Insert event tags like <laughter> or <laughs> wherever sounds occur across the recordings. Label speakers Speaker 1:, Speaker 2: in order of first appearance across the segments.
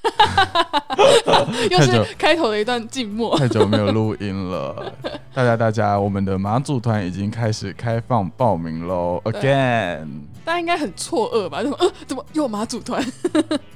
Speaker 1: <laughs> 又
Speaker 2: 太久
Speaker 1: 是开头的一段静默。<laughs>
Speaker 2: <laughs> 太久没有录音了，大家大家，我们的马祖团已经开始开放报名喽，again。
Speaker 1: 大家应该很错愕吧？怎么呃，怎么又有马祖团？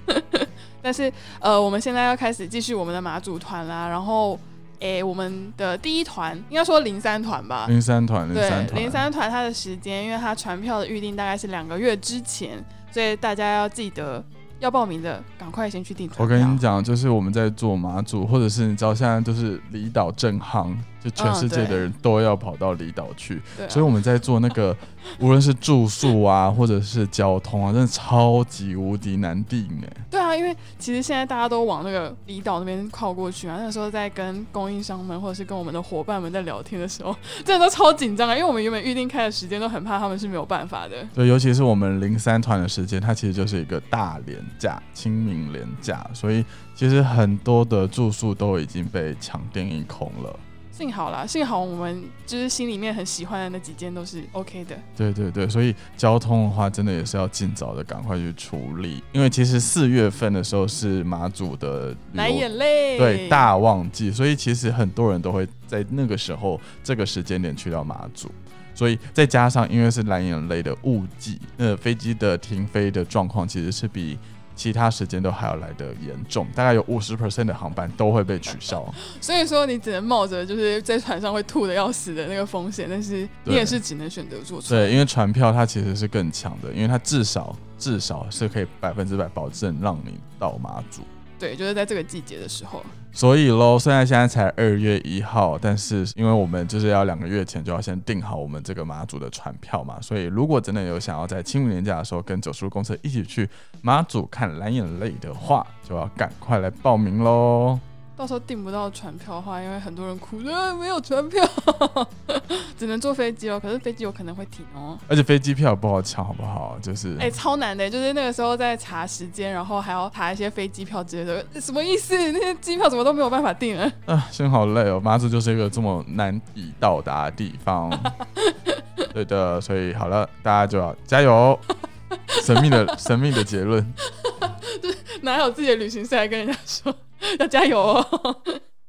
Speaker 1: <laughs> 但是呃，我们现在要开始继续我们的马祖团啦。然后，诶、我们的第一团应该说零三团吧。
Speaker 2: 零三团，嗯零
Speaker 1: 啊对
Speaker 2: 三，团，
Speaker 1: 零三团它的时间，因为它传票的预定大概是两个月之前，所以大家要记得要报名的，赶快先去订
Speaker 2: 我
Speaker 1: 船票。
Speaker 2: 跟你讲，就是我们在做马祖，或者是你知道现在就是离岛正夯，就全
Speaker 1: 嗯
Speaker 2: 世界的
Speaker 1: 对
Speaker 2: 人都要跑到离岛去，
Speaker 1: 对啊、
Speaker 2: 所以我们在做那
Speaker 1: <laughs>
Speaker 2: 个无论是住宿啊，或者是交通啊，真的超级无敌难定哎、
Speaker 1: 对啊，因为其实现在大家都往那个离岛那边靠过去啊。那个时候在跟供应商们或者是跟我们的伙伴们在聊天的时候，真的都超紧张啊，因为我们原本预定开的时间都很怕他们是没有办法的。
Speaker 2: 对，尤其是我们零三团的时间，它其实就是一个大连假、清明连假，所以其实很多的住宿都已经被抢订一空了。
Speaker 1: 幸好啦，幸好我们就是心里面很喜欢的那几间都是 OK 的。
Speaker 2: 对对对，所以交通的话，真的也是要尽早的赶快去处理，因为其实四月份的时候是马祖的旅
Speaker 1: 来
Speaker 2: 游
Speaker 1: 眼泪，
Speaker 2: 对大旺季，所以其实很多人都会在那个时候这个时间点去到马祖。所以再加上因为是蓝眼泪的雾季，那飞机的停飞的状况其实是比其他时间都还要来的严重，大概有五十 percent 的航班都会被取消。
Speaker 1: 所以说你只能冒着就是在船上会吐的要死的那个风险，但是你
Speaker 2: 对
Speaker 1: 也是只能选择做出来。
Speaker 2: 对，因为船票它其实是更强的，因为它至少至少是可以百分之百保证让你到马祖。
Speaker 1: 对，就是在这个季节的时候，
Speaker 2: 所以喽，虽然现在才二月一号，但是因为我们就是要两个月前就要先订好我们这个马祖的船票嘛，所以如果真的有想要在清明年假的时候跟九叔公车一起去马祖看蓝眼泪的话，就要赶快来报名喽。
Speaker 1: 到时候订不到船票的话，因为很多人哭着、啊、没有船票， <laughs> 只能坐飞机哦。可是飞机有可能会停哦。
Speaker 2: 而且飞机票也不好抢，好不好？就是
Speaker 1: 哎、超难的，就是那个时候在查时间，然后还要查一些飞机票之类的，什么意思？那些机票怎么都没有办法订啊？
Speaker 2: 啊，心好累哦！马祖就是一个这么难以到达的地方。对的，所以好了，大家就要加油。神秘的神秘的结论，
Speaker 1: <laughs> 哪有自己的旅行社来跟人家说 <laughs> 要加油哦？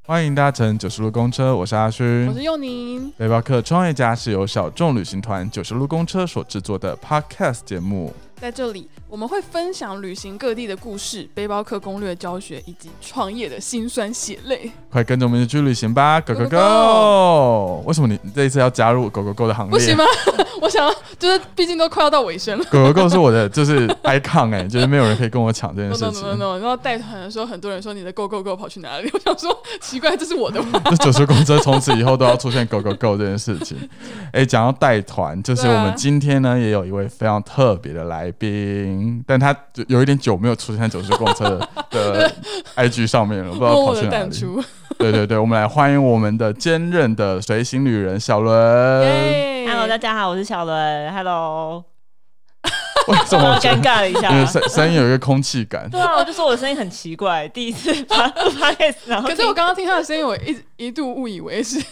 Speaker 2: 欢迎搭乘九十路公车，我是阿勋
Speaker 1: 我。是佑宁，
Speaker 2: 背包客创业家是由小众旅行团九十路公车所制作的 podcast 节目。
Speaker 1: 在这里我们会分享旅行各地的故事、背包客攻略教学以及创业的辛酸血泪。
Speaker 2: 快跟着我们一起去旅行吧，Go Go
Speaker 1: Go, go,
Speaker 2: Go！为什么你你这一次要加入 Go Go Go 的行
Speaker 1: 不
Speaker 2: 列？
Speaker 1: 行吗？ <laughs> 我想就是毕竟都快要到尾声了。
Speaker 2: g o Go Go 是我的 <laughs> 就是 icon 哎、就是没有人可以跟我抢这件
Speaker 1: no <laughs>
Speaker 2: 事
Speaker 1: no no no，
Speaker 2: <laughs> 情。
Speaker 1: no，然后带团的时候，很多人说你的 go go go 跑去哪里？我 <laughs> 想说奇怪，这是我的吗？
Speaker 2: 这九十公车从此以后都要出现 Go Go Go 这件事情。 <laughs> 哎、讲到带团，就是
Speaker 1: 对
Speaker 2: 我
Speaker 1: 啊
Speaker 2: 们今天呢也有一位非常特别的来宾，但他就有一点久没有出现在九十公车
Speaker 1: <laughs>
Speaker 2: 的的 IG 上面了，不知道
Speaker 1: 默
Speaker 2: 跑
Speaker 1: 默
Speaker 2: 去
Speaker 1: 的
Speaker 2: 哪
Speaker 1: 淡
Speaker 2: 里。
Speaker 1: 出。
Speaker 2: <laughs> 对对对，我们来欢迎我们的坚韧的随行旅人小伦。
Speaker 1: 耶
Speaker 3: Hello，大家好，我是小伦。Hello，
Speaker 2: <laughs> 为什么我觉
Speaker 3: 尴
Speaker 2: 得？
Speaker 3: 尬了一下
Speaker 2: 因。为声声音有一个空气感。
Speaker 3: <laughs> 对啊，我就说我的声音很奇怪，第一次
Speaker 2: <laughs>
Speaker 3: 发录 podcast，然后
Speaker 1: 可是我刚刚听他的声音，我一直一度误以为是 <laughs>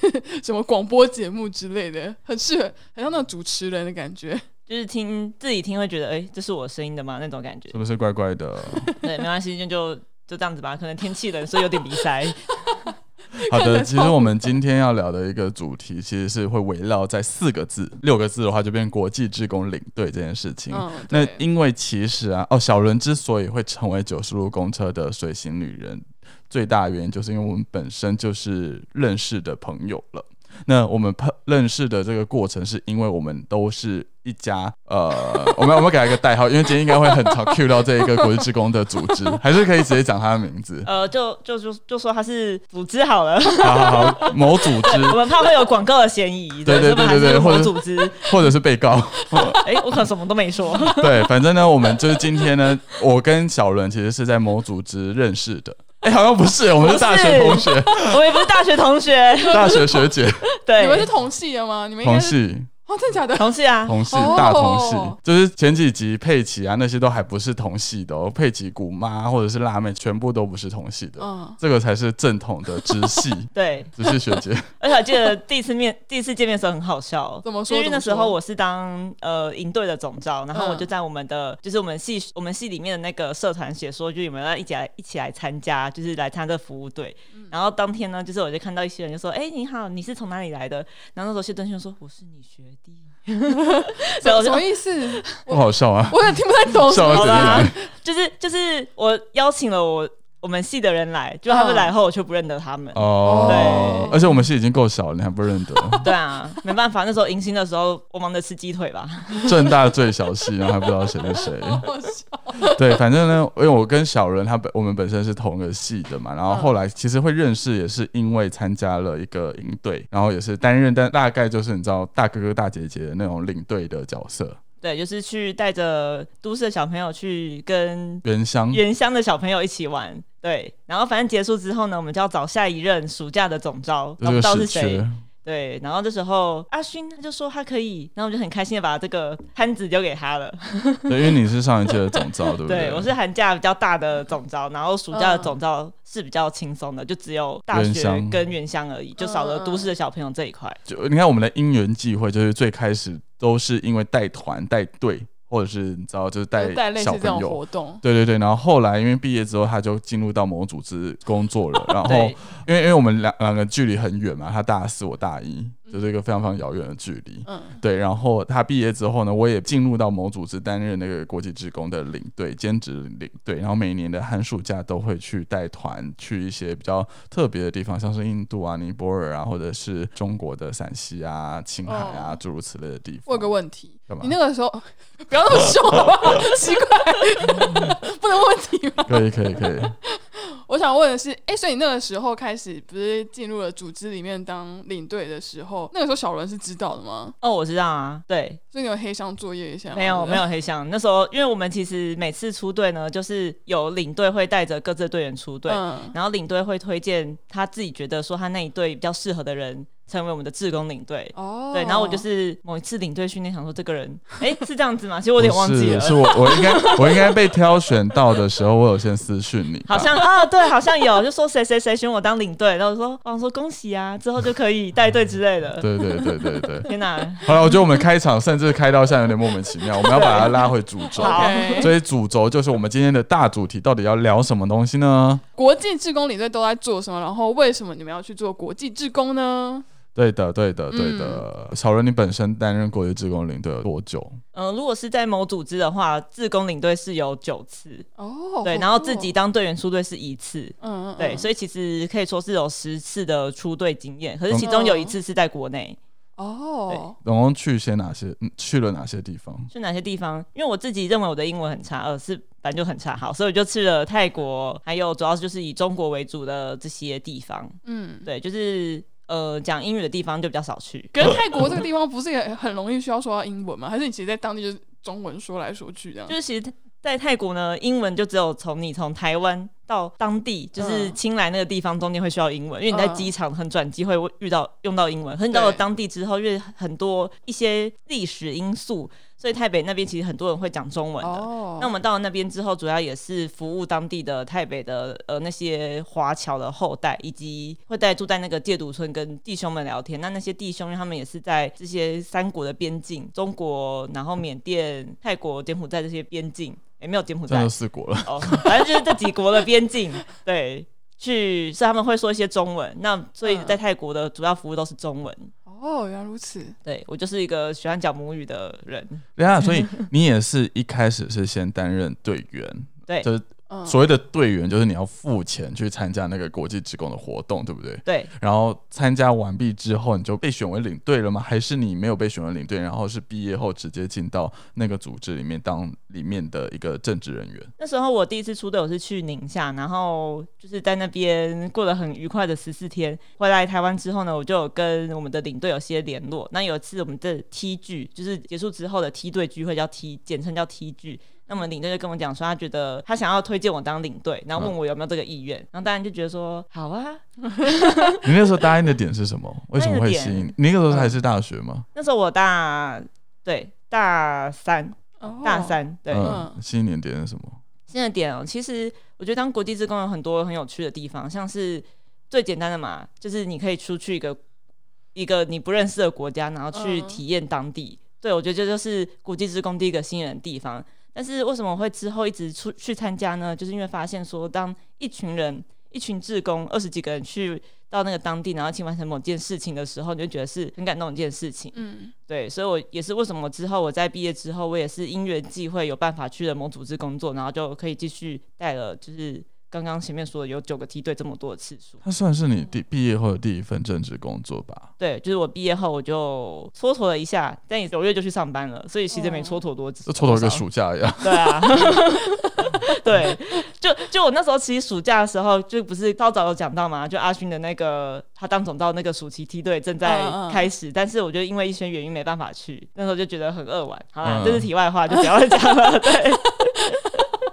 Speaker 1: 什么广播节目之类的，很适合，很像那种主持人的感觉。
Speaker 3: 就是听自己听会觉得，哎、这是我声音的吗？那种感觉
Speaker 2: 是。不是怪怪
Speaker 3: <laughs>
Speaker 2: 的？
Speaker 3: 对，没关系，就就就这样子吧。可能天气冷，所以有点鼻塞。
Speaker 2: 好
Speaker 1: 看
Speaker 2: 的，
Speaker 1: 得
Speaker 2: 其实
Speaker 1: 到
Speaker 2: 我们今天要聊的一个主题，其实是会围绕在四个字，六个字的话就变国际志工领队这件事情。
Speaker 1: 嗯，
Speaker 2: 那
Speaker 1: 对
Speaker 2: 因为其实啊，哦，小伦之所以会成为九十路公车的随行旅人，最大的原因就是因为我们本身就是认识的朋友了。那我们碰认识的这个过程，是因为我们都是一家呃，我们我们给他一个代号，因为今天应该会很常 cue 到这一个国际职工的组织，还是可以直接讲他的名字。
Speaker 3: 呃，就就就就说他是组织好了，
Speaker 2: 好好好，某组织
Speaker 3: 我们怕会有广告的嫌
Speaker 2: <laughs>
Speaker 3: 疑。
Speaker 2: 对对
Speaker 3: 所以我们
Speaker 2: 对对对
Speaker 3: 还是
Speaker 2: 或
Speaker 3: 某
Speaker 2: 者
Speaker 3: 组织。
Speaker 2: 或者是被告，
Speaker 3: 哎、我可能什么都没说。 <laughs>
Speaker 2: 对，反正呢，我们就是今天呢，我跟小伦其实是在某组织认识的。哎、好像不是，我们是大学同学，
Speaker 3: 我也不是大学同学。
Speaker 2: 大学学姐。
Speaker 1: <laughs>
Speaker 3: 对
Speaker 1: 你，们是同系的吗？你们应
Speaker 2: 同
Speaker 1: 该是
Speaker 2: 系，
Speaker 1: 哦，真的
Speaker 2: <laughs>
Speaker 1: 假的？
Speaker 3: 同事啊，，
Speaker 2: 同事
Speaker 1: 哦
Speaker 2: 大同系，就是前几集佩奇啊那些都还不是同系的哦，佩奇姑妈或者是辣妹全部都不是同系的，
Speaker 1: 嗯，
Speaker 2: 这个才是正统的直
Speaker 1: <laughs>
Speaker 2: 系
Speaker 3: 对，
Speaker 2: 直系学姐。
Speaker 3: 而且我记得第一次面 <laughs> 第一次见面的时候很好笑哦、
Speaker 1: 怎么说
Speaker 3: 因为那时
Speaker 1: 怎么
Speaker 3: 候
Speaker 1: 说
Speaker 3: 我是当呃营队的总招，然后我就
Speaker 1: 嗯
Speaker 3: 在我们的、就是我们系我们系里面的那个社团写说，就有没有要一起来一起来参加，就是来参加这服务队。
Speaker 1: 嗯
Speaker 3: 然后当天呢，就是我就看到一些人就说：“哎、你好，你是从哪里来的？”然后那时候谢登勋说：“我是你学弟。”
Speaker 1: <laughs>
Speaker 3: 所以我
Speaker 1: 什
Speaker 3: 就
Speaker 1: 么意思？
Speaker 2: 不好笑啊！
Speaker 1: 我也听不太懂。
Speaker 2: 笑到
Speaker 3: 好
Speaker 2: 怎
Speaker 3: 啦
Speaker 2: 样？
Speaker 3: 就是就是我邀请了我我们系的人来，就他们
Speaker 1: 嗯
Speaker 3: 来后，我却不认得他们。
Speaker 2: 哦，
Speaker 1: 对
Speaker 2: 而且我们是已经够小了，你还不认得？
Speaker 3: 对啊，没办法，那时候迎新的时候，我忙着吃鸡腿吧。
Speaker 2: 正大最小系，然后还不知道谁是谁。
Speaker 1: 好笑
Speaker 2: 对，反正呢，因为我跟小伦他本我们本身是同个系的嘛，然后后来其实会认识也是因为参加了一个营队，然后也是担任但大概就是你知道大哥哥大姐姐的那种领队的角色，
Speaker 3: 对，就是去带着都市的小朋友去跟
Speaker 2: 原乡
Speaker 3: 原乡的小朋友一起玩。对，然后反正结束之后呢，我们就要找下一任暑假的总招，
Speaker 2: 这
Speaker 3: 然后
Speaker 2: 个
Speaker 3: 不知道是
Speaker 2: 死
Speaker 3: 谁
Speaker 2: 缺。。
Speaker 3: 对，然后这时候阿勋他就说他可以，然后我就很开心的把这个摊子丢给他了。
Speaker 2: 对，因为你是上一届的总招，对不
Speaker 3: 对，我是寒假比较大的总招，然后暑假的总招是比较轻松的，就只有大
Speaker 2: 原
Speaker 3: 学
Speaker 2: 乡
Speaker 3: 跟原乡而已，就少了都市的小朋友这一块。
Speaker 2: 就你看我们的因缘际会，就是最开始都是因为带团带队，或者是你知道就是带
Speaker 1: 带类
Speaker 2: 小
Speaker 1: 似这种
Speaker 2: 朋友。
Speaker 1: 活动，
Speaker 2: 对对对，然后后来因为毕业之后，他就进入到某组织工作
Speaker 1: 哦
Speaker 2: 了，然后
Speaker 3: 对，
Speaker 2: 因为因为我们两两个距离很远嘛，他大四我大一，就是一个非常非常遥远的距离。
Speaker 1: 嗯，
Speaker 2: 对，然后他毕业之后呢，我也进入到某组织担任那个国际职工的领队，兼职领队，然后每年的寒暑假都会去带团去一些比较特别的地方，像是印度啊、尼泊尔啊，或者是中国的陕西啊、青海啊，
Speaker 1: 哦
Speaker 2: 诸如此类的地方。
Speaker 1: 我有个问题
Speaker 2: 干，嘛 <laughs>
Speaker 1: 你那个时候 <laughs> 不要那么凶好不好？ <laughs> 奇怪，不能问问题吗？
Speaker 2: 可以可以可以，
Speaker 1: 我想问的是，哎、所以你那个时候开始不是进入了组织里面当领队的时候，那个时候小伦是知道的吗？
Speaker 3: 哦，我知道啊，对，
Speaker 1: 所以你有黑箱作业一下吗？
Speaker 3: 没有没有黑箱。那时候，因为我们其实每次出队呢，就是有领队会带着各自的队员出队，
Speaker 1: 嗯
Speaker 3: 然后领队会推荐他自己觉得说他那一队比较适合的人成为我们的志工领队。
Speaker 1: 哦，
Speaker 3: 对，然后我就是某一次领队训练，想说这个人，哎，是这样子吗？其实我有
Speaker 2: 不
Speaker 3: 点忘记
Speaker 2: 是
Speaker 3: 了，
Speaker 2: 是我我应该我应该被挑选到的时候，我有先私讯你，
Speaker 3: 好像啊、对，好像有，就说谁谁谁选我当领队，然后我说，我说恭喜啊，之后就可以带队之类的。
Speaker 2: 对对对对对。
Speaker 3: 天哪，
Speaker 2: 好了，我觉得我们开场甚至开到现在有点莫名其妙，我们要把它拉回主轴。
Speaker 3: 好
Speaker 1: OK
Speaker 2: 所以主轴就是我们今天的大主题，到底要聊什么东西呢？
Speaker 1: <laughs> 国际志工领队都在做什么？然后为什么你们要去做国际志工呢？
Speaker 2: 对的，对的，对的。小伦，你本身担任国际职工领队有多久？
Speaker 3: 嗯、如果是在某组织的话，自工领队是有九次，
Speaker 1: 哦，
Speaker 3: 对，然后自己当队员出队是一次。
Speaker 1: 嗯嗯，
Speaker 3: 对，
Speaker 1: 以
Speaker 3: 所以其实可以说是有十次的出队经验，可是其中有一次是在国内，
Speaker 1: 哦，
Speaker 2: 总共去些哪些？嗯去了哪些地方？
Speaker 3: 去哪些地方？因为我自己认为我的英文很差，呃，是反正就很差，好，所以我就去了泰国，还有主要就是以中国为主的这些地方。
Speaker 1: 嗯，
Speaker 3: 对，就是呃讲英语的地方就比较少去。
Speaker 1: 可是泰国这个地方不是也很容易需要说到英文吗？还是你其实在当地就是中文说来说去这样
Speaker 3: 就？是其实，在泰国呢，英文就只有从你从台湾到当地，就是
Speaker 1: 嗯
Speaker 3: 清莱那个地方，中间会需要英文，因为你在
Speaker 1: 嗯
Speaker 3: 机场很转机会遇到用到英文。可是你到了
Speaker 1: 对
Speaker 3: 当地之后，因为很多一些历史因素，所以台北那边其实很多人会讲中文的。
Speaker 1: 哦，
Speaker 3: 那我们到了那边之后，主要也是服务当地的台北的呃那些华侨的后代，以及会带住在那个戒毒村跟弟兄们聊天。那那些弟兄，因为他们也是在这些三国的边境，中国、然后缅甸、泰国、柬埔寨这些边境，也、没有柬埔
Speaker 2: 这样
Speaker 3: 寨
Speaker 2: 就四国了。
Speaker 3: 哦，反正就是这几国的边境，对。去，所以他们会说一些中文，那所以
Speaker 1: 嗯
Speaker 3: 在泰国的主要服务都是中文。
Speaker 1: 哦，原来如此。
Speaker 3: 对我就是一个喜欢讲母语的人，
Speaker 2: 对啊，所以你也是一开始是先担任队员，
Speaker 3: 对
Speaker 2: 就是
Speaker 1: 嗯，
Speaker 2: 所谓的队员，就是你要付钱去参加那个国际职工的活动，对不对？
Speaker 3: 对，
Speaker 2: 然后参加完毕之后，你就被选为领队了吗？还是你没有被选为领队，然后是毕业后直接进到那个组织里面当里面的一个正职人员？
Speaker 3: 那时候我第一次出队，我是去宁夏，然后就是在那边过了很愉快的十四天。回来台湾之后呢，我就有跟我们的领队有些联络。那有一次我们的 T 聚，就是结束之后的梯队聚会叫 T，简称叫 T 聚。那么领队就跟我讲说，他觉得他想要推荐我当领队，然后问我有没有这个意愿。然后当然就觉得说好啊。
Speaker 2: <laughs> 你那时候答应的点是什么？为什么会吸引你？你那个时候
Speaker 3: 嗯
Speaker 2: 还是大学吗？
Speaker 3: 那时候我大对大三，
Speaker 1: 哦
Speaker 3: 大三对。
Speaker 2: 嗯，
Speaker 1: 嗯
Speaker 2: 吸引你的点是什么？
Speaker 3: 新的点哦，其实我觉得当国际职工有很多很有趣的地方，像是最简单的嘛，就是你可以出去一个一个你不认识的国家，然后去
Speaker 1: 嗯
Speaker 3: 体验当地。对，我觉得这就是国际职工第一个吸引人的地方。但是为什么会之后一直出去参加呢？就是因为发现说，当一群人、一群志工二十几个人去到那个当地，然后去完成某件事情的时候，你就觉得是很感动的一件事情。
Speaker 1: 嗯
Speaker 3: 对，所以我也是为什么之后我在毕业之后，我也是因缘际会有办法去了某组织工作，然后就可以继续带了，就是刚刚前面说的有九个梯队这么多的次数。
Speaker 2: 它算是你第毕业后的第一份正职工作吧？
Speaker 3: 对，就是我毕业后我就蹉跎了一下，但也九月就去上班了，所以其实没蹉跎多，只
Speaker 2: 就抽到一个
Speaker 3: 少
Speaker 2: 暑假一样。
Speaker 3: <laughs> 对啊，对，就就我那时候其实暑假的时候，就不是稍早有讲到嘛，就阿勋的那个他当总到那个暑期梯队正在
Speaker 1: 嗯嗯
Speaker 3: 开始，但是我就因为一些原因没办法去，那时候就觉得很扼腕。好啦，
Speaker 2: 嗯
Speaker 3: 这是题外话，就不要再讲了。对，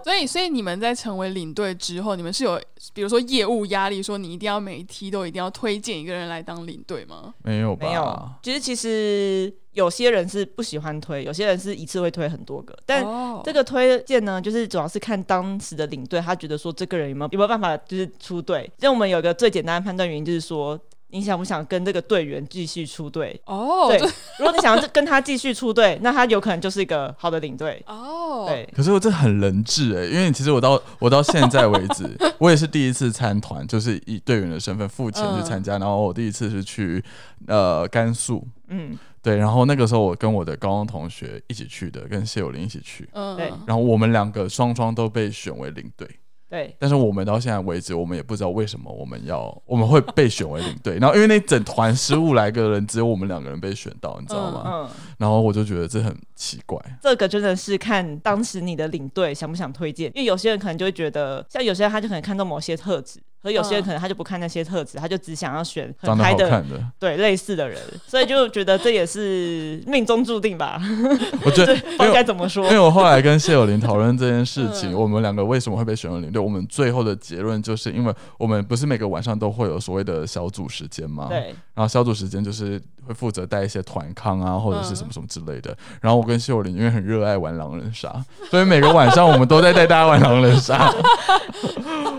Speaker 1: 所以，所以你们在成为领队之后，你们是有比如说业务压力，说你一定要每一梯都一定要推荐一个人来当领队吗？
Speaker 2: 没有吧？
Speaker 3: 没有，其实其实有些人是不喜欢推，有些人是一次会推很多个，但
Speaker 1: 哦
Speaker 3: 这个推荐呢，就是主要是看当时的领队，他觉得说这个人有没有有没有办法就是出队。像我们有一个最简单的判断原因，就是说你想不想跟这个队员继续出队。
Speaker 1: 哦，
Speaker 3: 对
Speaker 1: 这，
Speaker 3: <laughs> 如果你想要跟他继续出队，那他有可能就是一个好的领队。
Speaker 1: 哦，
Speaker 3: <laughs> 对，
Speaker 2: 可是我这很人质哎、因为其实我到我到现在为
Speaker 3: <laughs>
Speaker 2: 止，我也是第一次参团，就是以队员的身份付钱去参加，然后我第一次是去呃甘肃，
Speaker 3: 嗯，
Speaker 2: 对，然后那个时候我跟我的高中同学一起去的，跟谢友林一起去，
Speaker 3: 对
Speaker 1: 嗯，
Speaker 2: 然后我们两个双双都被选为领队，
Speaker 3: 对，
Speaker 2: 但是我们到现在为止，我们也不知道为什么我们要我们会被选为领队，然后因为那整团十五来个人，只有我们两个人被选到，你知道吗？
Speaker 3: 嗯，
Speaker 2: 然后我就觉得这很奇怪，
Speaker 3: 这个真的是看当时你的领队想不想推荐，因为有些人可能就会觉得，像有些人他就可能看重某些特质，和有些人
Speaker 1: 嗯
Speaker 3: 可能他就不看那些特质，他就只想要选很
Speaker 2: 长得
Speaker 3: 嗨
Speaker 2: 好
Speaker 3: 的
Speaker 2: 看的。
Speaker 3: 对类似的人，所以就觉得这也是命中注定吧，
Speaker 2: 我
Speaker 3: <laughs>
Speaker 2: 觉得，
Speaker 3: 不知
Speaker 2: 因
Speaker 3: 道
Speaker 2: 为
Speaker 3: 该怎么说
Speaker 2: <laughs> 因。为我后来跟谢友林讨论这件事情，
Speaker 1: 嗯
Speaker 2: 我们两个为什么会被选为领队？我们最后的结论就是因为我们不是每个晚上都会有所谓的小组时间吗？。
Speaker 3: 对，
Speaker 2: 然后小组时间就是会负责带一些团康啊，或者是
Speaker 1: 嗯
Speaker 2: 什么什么之类的。然后我跟谢友林因为很热爱玩狼人杀， <laughs> 所以每个晚上我们都在带大家玩狼人
Speaker 1: <laughs>
Speaker 2: 杀。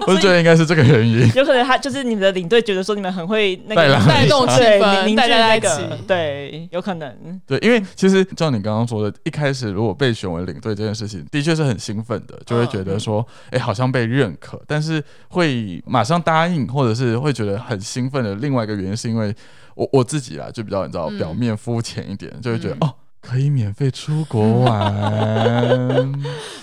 Speaker 2: 我就觉得应该是这个原因。
Speaker 3: 有可能他就是你们的领队觉得说你们很会那
Speaker 2: 带狼
Speaker 3: 个
Speaker 2: 人
Speaker 1: 带动气
Speaker 3: 对
Speaker 1: 氛，
Speaker 3: 凝
Speaker 1: 大
Speaker 3: 聚
Speaker 1: 家
Speaker 3: 那
Speaker 1: 一
Speaker 3: 个嗯
Speaker 1: 起，
Speaker 3: 对，有可能，
Speaker 2: 对，因为其实照你刚刚说的，一开始如果被选为领队这件事情，的确是很兴奋的，就会
Speaker 1: 嗯
Speaker 2: 觉得说，哎、好像被认可，但是会马上答应，或者是会觉得很兴奋的。另外一个原因是因为我我自己啊啦，就比较你知道，
Speaker 1: 嗯
Speaker 2: 表面肤浅一点，就会觉得、
Speaker 3: 嗯
Speaker 2: 哦，可以免费出国玩。 <laughs>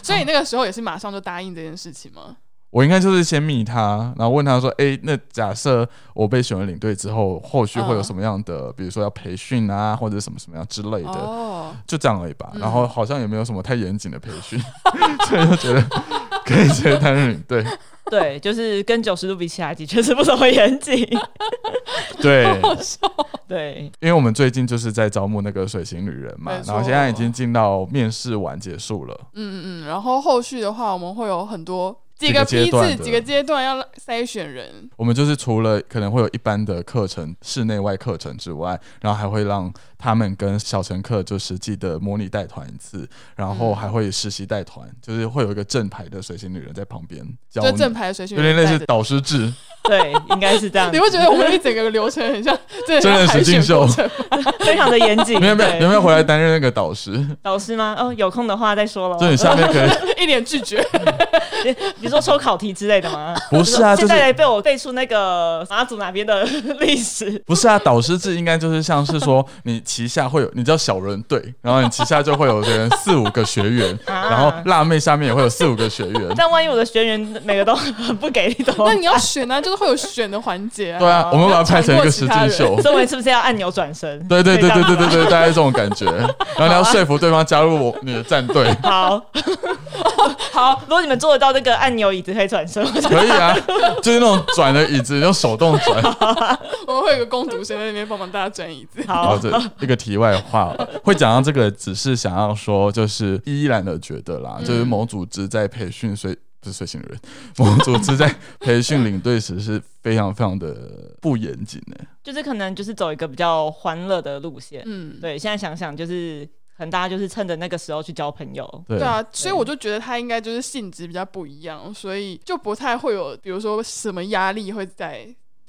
Speaker 1: 所以那个时候也是马上就答应这件事情吗？
Speaker 2: 我应该就是先密他，然后问他说：“哎、那假设我被选为领队之后，后续会有
Speaker 1: 嗯
Speaker 2: 什么样的，比如说要培训啊，或者什么什么样之类的？”
Speaker 1: 哦，
Speaker 2: 就这样而已吧。
Speaker 1: 嗯
Speaker 2: 然后好像也没有什么太严谨的培训， <laughs> 所以就觉得可以直接担任领队。
Speaker 1: <laughs>
Speaker 3: 对，就是跟九十度比起来，的确是不怎么严谨，
Speaker 2: 对，
Speaker 3: 对，
Speaker 2: 因为我们最近就是在招募那个水形女人嘛
Speaker 1: 没，错
Speaker 2: 然后现在已经进到面试完结束了。
Speaker 1: 嗯嗯嗯，然后后续的话，我们会有很多几
Speaker 2: 个
Speaker 1: 个
Speaker 2: 阶
Speaker 1: 批
Speaker 2: 段
Speaker 1: 次、
Speaker 2: 的
Speaker 1: 几个阶段要筛选人。
Speaker 2: 我们就是除了可能会有一般的课程、室内外课程之外，然后还会让他们跟小乘客就实际的模拟带团一次，然后
Speaker 1: 嗯
Speaker 2: 还会实习带团，就是会有一个正牌的水形女人在旁边教
Speaker 1: 就
Speaker 2: 你
Speaker 1: 哦正牌的水选
Speaker 2: 有点类
Speaker 1: 人带
Speaker 2: 似
Speaker 1: 着，
Speaker 2: 导师制。
Speaker 3: 对，应该是这样
Speaker 1: 你，会觉得我们一整个流程很像真
Speaker 2: <laughs>
Speaker 1: <laughs>
Speaker 2: 真人
Speaker 1: 海
Speaker 2: 实境
Speaker 1: 选
Speaker 2: 秀
Speaker 1: 过程吗
Speaker 3: 非常的严谨。
Speaker 2: 你有没有
Speaker 3: 对
Speaker 2: 你有没有回来担任那个导师？
Speaker 3: 老师吗？哦，有空的话再说喽。
Speaker 2: 就你下面可能
Speaker 1: 一脸拒绝。
Speaker 2: <laughs>
Speaker 3: 比如说抽考题之类的吗？
Speaker 2: 不是啊，就
Speaker 3: 现在
Speaker 2: 是
Speaker 3: 来被我背出那个马祖哪边的 <laughs> 历史。
Speaker 2: 不是啊？导师制应该就是像是说，你旗下会有，你叫小人队，然后你旗下就会有人四五个学员，
Speaker 3: 啊
Speaker 2: 然后辣妹下面也会有四五个学员。
Speaker 3: 但万一我的学员每个都很不给力的话
Speaker 1: 那，你要选呢，就是会有选的环节啊。
Speaker 2: 对啊，我们把它拍成一个实境秀。
Speaker 3: 所以我们是不是要按钮转身？
Speaker 2: 对对对对对
Speaker 3: 可以这样
Speaker 2: 对
Speaker 3: 吗。
Speaker 2: 对，大概是这种感觉。然后你要说服对方加入我你的战队，
Speaker 3: 好， <laughs> 好，如果你们做得到这个按钮椅子可以转身，
Speaker 2: 可以啊，就是那种转的椅子，用手动转。
Speaker 1: <laughs> 我们会有个工读生在那边帮忙大家转椅 <laughs> 子。
Speaker 2: 然后
Speaker 3: 好，
Speaker 2: 这一个题外话了，会讲到这个，只是想要说，就是依然的觉得啦，就是
Speaker 1: 嗯
Speaker 2: 某组织在培训随不是随行人， <laughs> 某组织在培训领队时是非常非常的不严谨的。
Speaker 3: 就是可能就是走一个比较欢乐的路线。
Speaker 1: 嗯，
Speaker 3: 对，现在想想就是，可能大家就是趁着那个时候去交朋友。
Speaker 2: 对
Speaker 1: 对啊，所以我就觉得他应该就是性质比较不一样，所以就不太会有，比如说什么压力会在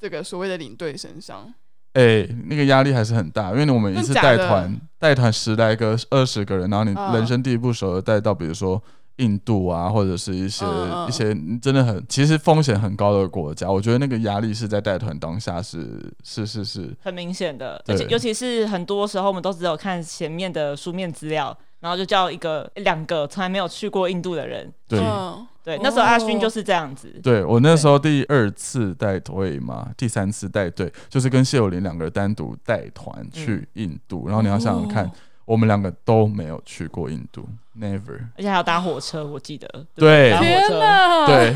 Speaker 1: 这个所谓的领队身上。
Speaker 2: 哎、那个压力还是很大，因为我们一次
Speaker 1: 真假
Speaker 2: 带
Speaker 1: 的
Speaker 2: 团带团十来个、二十个人，然后你
Speaker 1: 嗯
Speaker 2: 人生地不熟的带到，比如说。印度啊，或者是一些、
Speaker 1: 嗯嗯
Speaker 2: 一些真的很其实风险很高的国家，我觉得那个压力是在带团当下是是是是
Speaker 3: 很明显的，
Speaker 2: 对
Speaker 3: 而且尤其是很多时候我们都只有看前面的书面资料，然后就叫一个两个从来没有去过印度的人。
Speaker 2: 对、
Speaker 1: 嗯，
Speaker 3: 对
Speaker 1: 哦，
Speaker 3: 那时候阿勋就是这样子。
Speaker 2: 对我那时候第二次带队嘛，第三次带队就是跟谢友林两个人单独带团去印度，然后你要想想看，
Speaker 1: 嗯哦
Speaker 2: 我们两个都没有去过印度，never。
Speaker 3: 而且还要搭火车，我记得。
Speaker 2: 对
Speaker 3: 搭火
Speaker 1: 天
Speaker 3: 车，。
Speaker 1: 哪！，
Speaker 2: 对，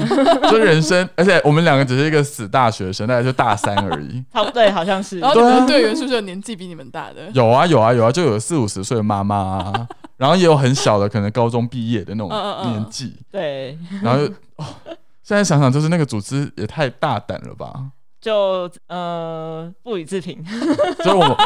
Speaker 2: 就人生，而且我们两个只是一个死大学生，大概就大三而
Speaker 1: <laughs>
Speaker 2: 已
Speaker 3: 好，对，好像是
Speaker 1: <laughs> 然。后你
Speaker 2: 对
Speaker 1: 们
Speaker 2: 啊
Speaker 1: 的队员是不是有年纪比你们大的？
Speaker 2: 有啊有啊有啊，就有四五十岁的妈妈、啊，然后也有很小的，可能高中毕业的那种
Speaker 1: 嗯嗯嗯
Speaker 2: 年纪，
Speaker 3: 对，
Speaker 2: 然后就、哦、现在想想，就是那个组织也太大胆了吧。
Speaker 3: 就呃不予置评。
Speaker 2: 所以我们
Speaker 1: <laughs>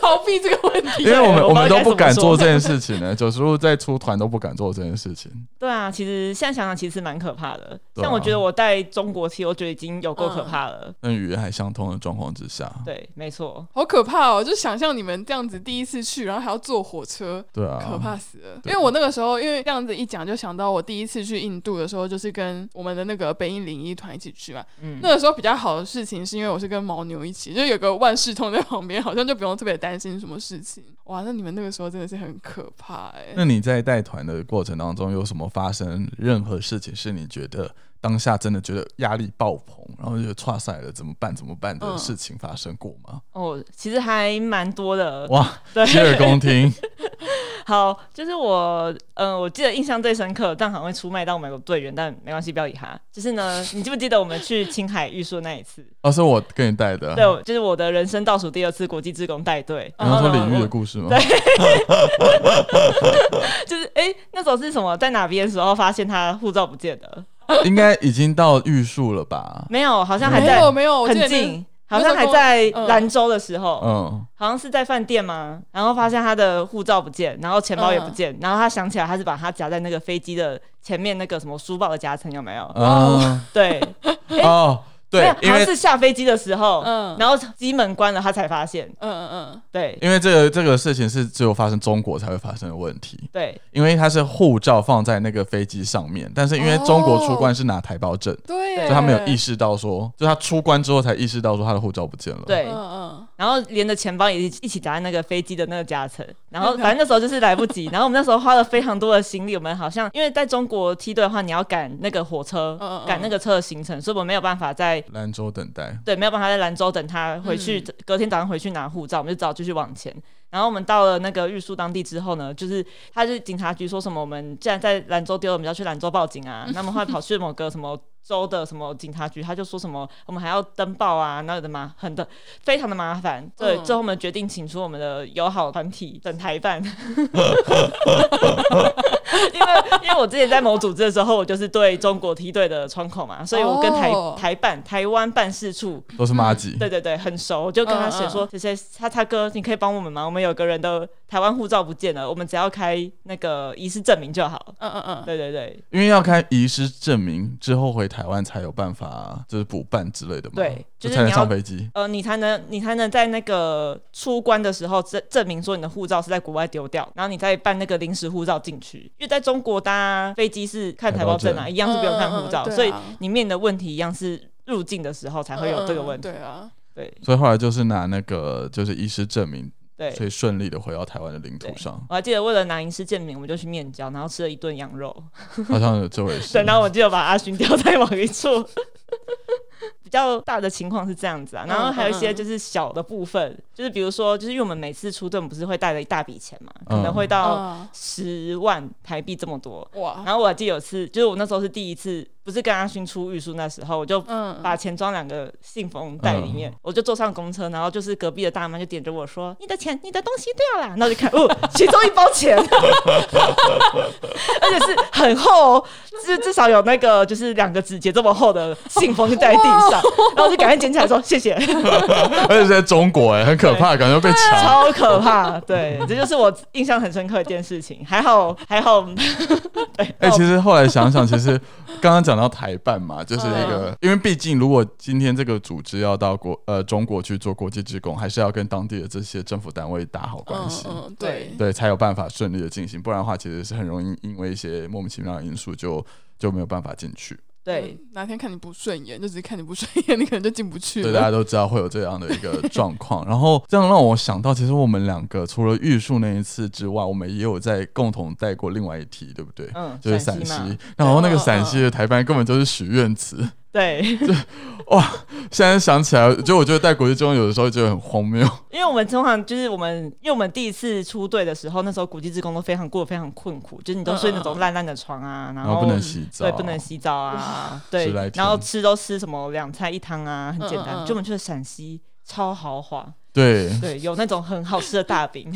Speaker 1: 逃避这个问题
Speaker 2: 因，为我们
Speaker 3: <laughs>
Speaker 2: 我们
Speaker 3: 对我不知道
Speaker 2: 都
Speaker 3: 该
Speaker 2: 不敢
Speaker 3: 怎么
Speaker 2: 做这
Speaker 3: 说
Speaker 2: 件事情呢，九 <laughs> 十路在出团都不敢做这件事情。
Speaker 3: 对啊，其实现在想想，其实蛮可怕的。
Speaker 2: 对啊
Speaker 3: 像我觉得我带中国踢，我觉得已经有够
Speaker 1: 嗯
Speaker 3: 可怕了。
Speaker 2: 那语言还相通的状况之下，
Speaker 3: 对，没错。
Speaker 1: 好可怕哦！就想象你们这样子第一次去，然后还要坐火车，
Speaker 2: 对啊，
Speaker 1: 可怕死了！因
Speaker 2: 对
Speaker 1: 为我那个时候，因为这样子一讲，就想到我第一次去印度的时候，就是跟我们的那个北印零一团一起去嘛。
Speaker 3: 嗯，
Speaker 1: 那个时候比较好的事情，是因为我是跟牦牛一起，就有个万事通在旁边，好像就不用特别担心什么事情。哇，那你们那个时候真的是很可怕哎、
Speaker 2: 那你在带团的过程当中，有什么发生任何事情是你觉得当下真的觉得压力爆棚，然后就觉得哇塞了怎么办怎么办的
Speaker 1: 嗯
Speaker 2: 事情发生过吗？
Speaker 3: 哦，其实还蛮多的。
Speaker 2: 哇，
Speaker 3: 嗯对，
Speaker 2: 洗耳恭听，
Speaker 3: 好，就是我，嗯、我记得印象最深刻，但好像会出卖到美国队员，但没关系，不要理他。就是呢，你记不记得我们去青海玉树那一次？
Speaker 2: 哦，是我跟你带的，
Speaker 3: 对，我就是我的人生倒数第二次国际志工带队。
Speaker 2: 你要
Speaker 3: 然
Speaker 2: 说
Speaker 3: 后呢
Speaker 2: 领域的
Speaker 3: 嗯我
Speaker 2: 故事吗？
Speaker 3: 就是哎、诶那时候是什么？在哪边的时候发现他护照不见了？
Speaker 2: 应该已经到玉树了吧？
Speaker 3: 没有，好像还
Speaker 1: 没
Speaker 3: 在
Speaker 1: 有没有，我记得
Speaker 3: 很
Speaker 1: 你
Speaker 3: 近，好像还在
Speaker 1: 嗯
Speaker 3: 兰州的时候，
Speaker 2: 嗯，
Speaker 3: 好像是在饭店嘛。然后发现他的护照不见，然后钱包也不
Speaker 1: 嗯
Speaker 3: 见，然后他想起来他是把它夹在那个飞机的前面那个什么书包的夹层，有没
Speaker 1: 嗯
Speaker 3: 有？
Speaker 2: 啊，
Speaker 3: 对，
Speaker 2: 哦，
Speaker 3: 没有
Speaker 2: 对，因
Speaker 3: 好像
Speaker 2: 为
Speaker 3: 是下飞机的时候，
Speaker 1: 嗯
Speaker 3: 然后机门关了，他才发现，
Speaker 1: 嗯嗯
Speaker 3: 对
Speaker 2: 因为这个这个事情是只有发生中国才会发生的问题，
Speaker 3: 对
Speaker 2: 因为它是护照放在那个飞机上面，但是因为中国出关是拿台胞证，
Speaker 1: 嗯，对，
Speaker 2: 所以他没有意
Speaker 1: 识，
Speaker 2: 识到说，就他出关之后才意识到说他的护照不见了。，
Speaker 3: 对
Speaker 1: 嗯，嗯，
Speaker 3: 然后连着钱包也一起一起夹在那个飞机的那个夹层，然
Speaker 1: 嗯
Speaker 3: 后反正那时候就是来不及，然 <laughs> 后我们那时候花了非常多的心力，我们好像因为在中国梯队的话，你要赶那个火车
Speaker 1: 嗯嗯，嗯
Speaker 3: 赶那个车的行程，所以我们没有办法在。
Speaker 2: 兰州等待，
Speaker 3: 对，没有办法在兰州等他回去，
Speaker 1: 嗯
Speaker 3: 隔天早上回去拿护照，我们就只好继续往前。然后我们到了那个玉树当地之后呢，就是他就是警察局说什么，我们既然在兰州丢了，我们要去兰州报警啊。那么后来跑去某个什么州的什么警察局，他就说什么我们还要登报啊，那有的麻很的非常的麻烦。对，
Speaker 1: 嗯
Speaker 3: 最后我们决定请出我们的友好团体整台办。 <laughs> 因为因为我之前在某组织的时候，我就是对中国梯队的窗口嘛，所以我跟台、
Speaker 1: 哦
Speaker 3: 台办台湾办事处
Speaker 2: 都是妈吉。
Speaker 3: 嗯对对对，很熟，我就跟他
Speaker 1: 嗯
Speaker 3: 写说，谁谁叉叉哥，你可以帮我们吗？我们有个人的台湾护照不见了，我们只要开那个遗失证明就好。
Speaker 1: 嗯嗯嗯，
Speaker 3: 对对对
Speaker 2: 因为要开遗失证明之后回台湾才有办法，就是补办之类的嘛，
Speaker 3: 对
Speaker 2: 就
Speaker 3: 就是
Speaker 2: 才能
Speaker 3: 你要
Speaker 2: 上飞机。
Speaker 3: 呃，你才能你才能在那个出关的时候证证明说你的护照是在国外丢掉，然后你再办那个临时护照进去。因为在中国搭飞机是看台胞证
Speaker 2: 台胞
Speaker 3: 啊，
Speaker 2: 证
Speaker 3: 一样是不用看护照，
Speaker 1: 嗯嗯嗯
Speaker 3: 所
Speaker 1: 对
Speaker 3: 以
Speaker 1: 啊
Speaker 3: 你面临的问题一样是入境的时候才会有这个问题。
Speaker 1: 嗯嗯对啊，
Speaker 3: 对
Speaker 2: 所以后来就是拿那个就是遗失证明，
Speaker 3: 对
Speaker 2: 所以顺利的回到台湾的领土
Speaker 3: 对
Speaker 2: 上，
Speaker 3: 我还记得为了拿银狮证明，我们就去面交，然后吃了一顿羊肉。 <laughs>
Speaker 2: 好像有这回事
Speaker 3: 对，。然后我就把阿勋丢在某一处。 <laughs> 比较大的情况是这样子啊，然后
Speaker 1: 嗯
Speaker 3: 还有一些
Speaker 1: 嗯
Speaker 3: 就是小的部分，就是比如说，就是因为我们每次出盾不是会带着一大笔钱嘛，可
Speaker 2: 嗯
Speaker 3: 能会到
Speaker 1: 嗯
Speaker 3: 十万台币这么多。
Speaker 1: 哇，
Speaker 3: 然后我还记得有次，就是我那时候是第一次，不是跟阿勋出玉书那时候，我就
Speaker 1: 嗯，
Speaker 3: <laughs> 把钱装两个信封袋里
Speaker 2: 嗯
Speaker 3: 面，我就坐上公车，然后就是隔壁的大妈就点着我说：“你的钱，你的东西掉了。”然后就看，哦，其中一包钱， <laughs> 而且是很厚、哦，至至少有那个就是两个指节这么厚的信封就掉在地上，然后就赶快捡起来说：“谢谢。”
Speaker 2: <laughs> 而且在中国哎、很可怕，感觉被抢。
Speaker 3: 超可怕，
Speaker 2: <laughs>
Speaker 3: 对，这就是我印象很深刻的一件事情。还好，还好，对，
Speaker 2: <laughs> 哎、其
Speaker 1: 哦
Speaker 2: 实后来想想，其实刚刚讲到台办嘛，就是
Speaker 1: 嗯
Speaker 2: 一个，
Speaker 1: 啊
Speaker 2: 因为毕竟如果今天这个组织要到国呃中国去做国际职工，还是要跟当地的这些政府单位打好关系。
Speaker 1: 嗯嗯，对，
Speaker 2: 对，才有办法顺利的进行，不然的话，其实是很容易因为一些莫名其妙的因素就就没有办法进去。
Speaker 3: 对，
Speaker 1: 嗯，哪天看你不顺眼，就只是看你不顺眼，你可能就进不去
Speaker 2: 对，大家
Speaker 3: 啊
Speaker 1: 了。
Speaker 2: 都知道会有这样的一个状况。然后这样让我想到，其实我们两个除了玉树那一次之外，我们也有在共同带过另外一题，对不对？
Speaker 3: 嗯，
Speaker 2: 就是
Speaker 3: 陕
Speaker 2: 陕
Speaker 3: 嘛
Speaker 2: 西，，然后那个
Speaker 1: 嗯
Speaker 2: 陕西
Speaker 1: 嗯
Speaker 2: 的台班根本就是许愿词。
Speaker 3: 对，
Speaker 2: 现在想起来，就我觉得带国际中有的时候觉得很荒谬。
Speaker 3: 因为我们通常就是我们，因为我们第一次出队的时候，那时候古迹职工都非常过得非常困苦，就是你都睡那种烂烂的床啊，然
Speaker 2: 嗯然后
Speaker 3: 后
Speaker 2: 不能洗澡，
Speaker 3: 对不能洗澡啊，对
Speaker 2: 十来，天
Speaker 3: 然后吃都吃什么两菜一汤啊，很简单
Speaker 1: 嗯嗯。嗯
Speaker 3: 就我们去了陕西，超豪华，
Speaker 2: 对， <laughs>
Speaker 3: 对，有那种很好吃的大饼，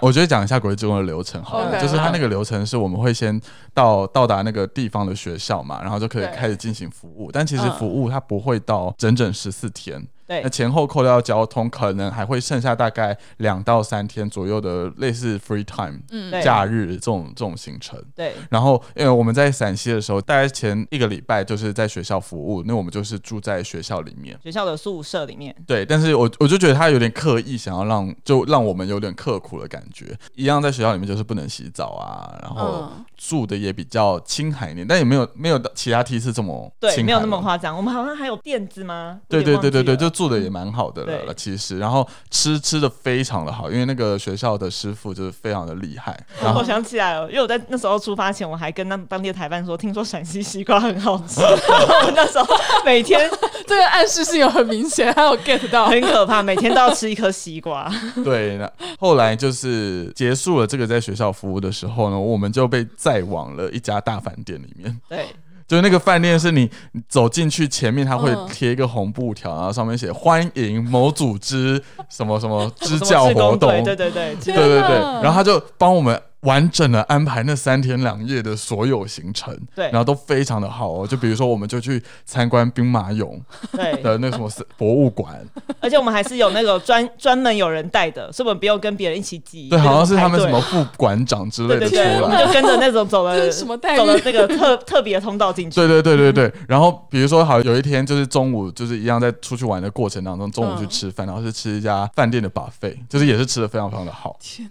Speaker 2: 我觉得讲一下国际职工的流程好了
Speaker 1: OK，
Speaker 2: 就是它
Speaker 1: 好
Speaker 2: 那个流程是我们会先到到达那个地方的学校嘛，然后就可以
Speaker 1: 对
Speaker 2: 开始进行服务。但其实
Speaker 1: 嗯
Speaker 2: 服务它不会到整整十四天，
Speaker 3: 对
Speaker 2: 那，前后扣掉交通，可能还会剩下大概两到三天左右的类似 free time
Speaker 1: 嗯
Speaker 3: 对
Speaker 2: 假日这种这种行程。
Speaker 3: 对，
Speaker 2: 然后，因为我们在陕西的时候，大概前一个礼拜就是在学校服务，那我们就是住在学校里面。
Speaker 3: 学校的宿舍里面，
Speaker 2: 对，但是我我就觉得他有点刻意想要让就让我们有点刻苦的感觉。一样在学校里面就是不能洗澡啊，然后
Speaker 1: 嗯，
Speaker 2: 住的也比较清寒一点，但也没有没有其他梯次这么
Speaker 3: 对，
Speaker 2: 清
Speaker 3: 没有
Speaker 2: 寒
Speaker 3: 那么
Speaker 2: 了
Speaker 3: 夸张。我们好像还有垫子吗？
Speaker 2: 对
Speaker 3: 有点
Speaker 2: 对
Speaker 3: 忘
Speaker 2: 对
Speaker 3: 记
Speaker 2: 对对，
Speaker 3: 了嗯
Speaker 2: 就住的也蛮好的了
Speaker 3: 对
Speaker 2: 了，其实，然后吃吃的非常的好，因为那个学校的师傅就是非常的厉害，然后
Speaker 3: 我想起来了，因为我在那时候出发前，我还跟那当地的台办说，听说陕西西瓜很好
Speaker 2: <laughs>
Speaker 3: 吃。我那时候每天
Speaker 1: 这个暗示性有很明显，还有 get 到。
Speaker 3: 很可怕，每天都要吃一颗西
Speaker 2: <laughs>
Speaker 3: 瓜。
Speaker 2: 对，那后来就是结束了这个在学校服务的时候呢，我们就被载往了一家大饭店里面。
Speaker 3: 对，
Speaker 2: 就是那个饭店是你你走进去前面，它会
Speaker 1: 嗯
Speaker 2: 贴一个红布条，然后上面写欢迎某组织什么什么支
Speaker 3: 什么
Speaker 2: 教
Speaker 3: 志
Speaker 2: 活
Speaker 3: 工队
Speaker 2: 动，
Speaker 3: 对对对，
Speaker 2: 对对对
Speaker 1: 天哪
Speaker 2: 然后他就帮我们完整的安排那三天两夜的所有行程，
Speaker 3: 对
Speaker 2: <laughs> 然后都非常的好哦。就比如说，我们就去参观兵马俑
Speaker 3: 对，
Speaker 2: 的那什么是博物
Speaker 3: <laughs>
Speaker 2: 馆，
Speaker 3: 而且我们还是有那个专专门有人带的，所以我们不用跟别人一起挤。
Speaker 2: 对，
Speaker 3: 就是
Speaker 2: 好像是他们
Speaker 3: 排
Speaker 2: 什
Speaker 3: 队
Speaker 2: 么。副馆长之类
Speaker 3: 对
Speaker 2: 的
Speaker 3: 对
Speaker 2: 出
Speaker 3: 对，我们
Speaker 2: 来。
Speaker 3: 就跟着那种走了
Speaker 1: <laughs> 这是什么待遇
Speaker 3: 走了那个特特别通道进去。
Speaker 2: 对对对对对，然后比如说好，有一天就是中午，就是一样在出去玩的过程当中，中午去
Speaker 1: 嗯
Speaker 2: 吃饭，然后是吃一家饭店的 buffet，就是也是吃的非常非常的好。
Speaker 1: 天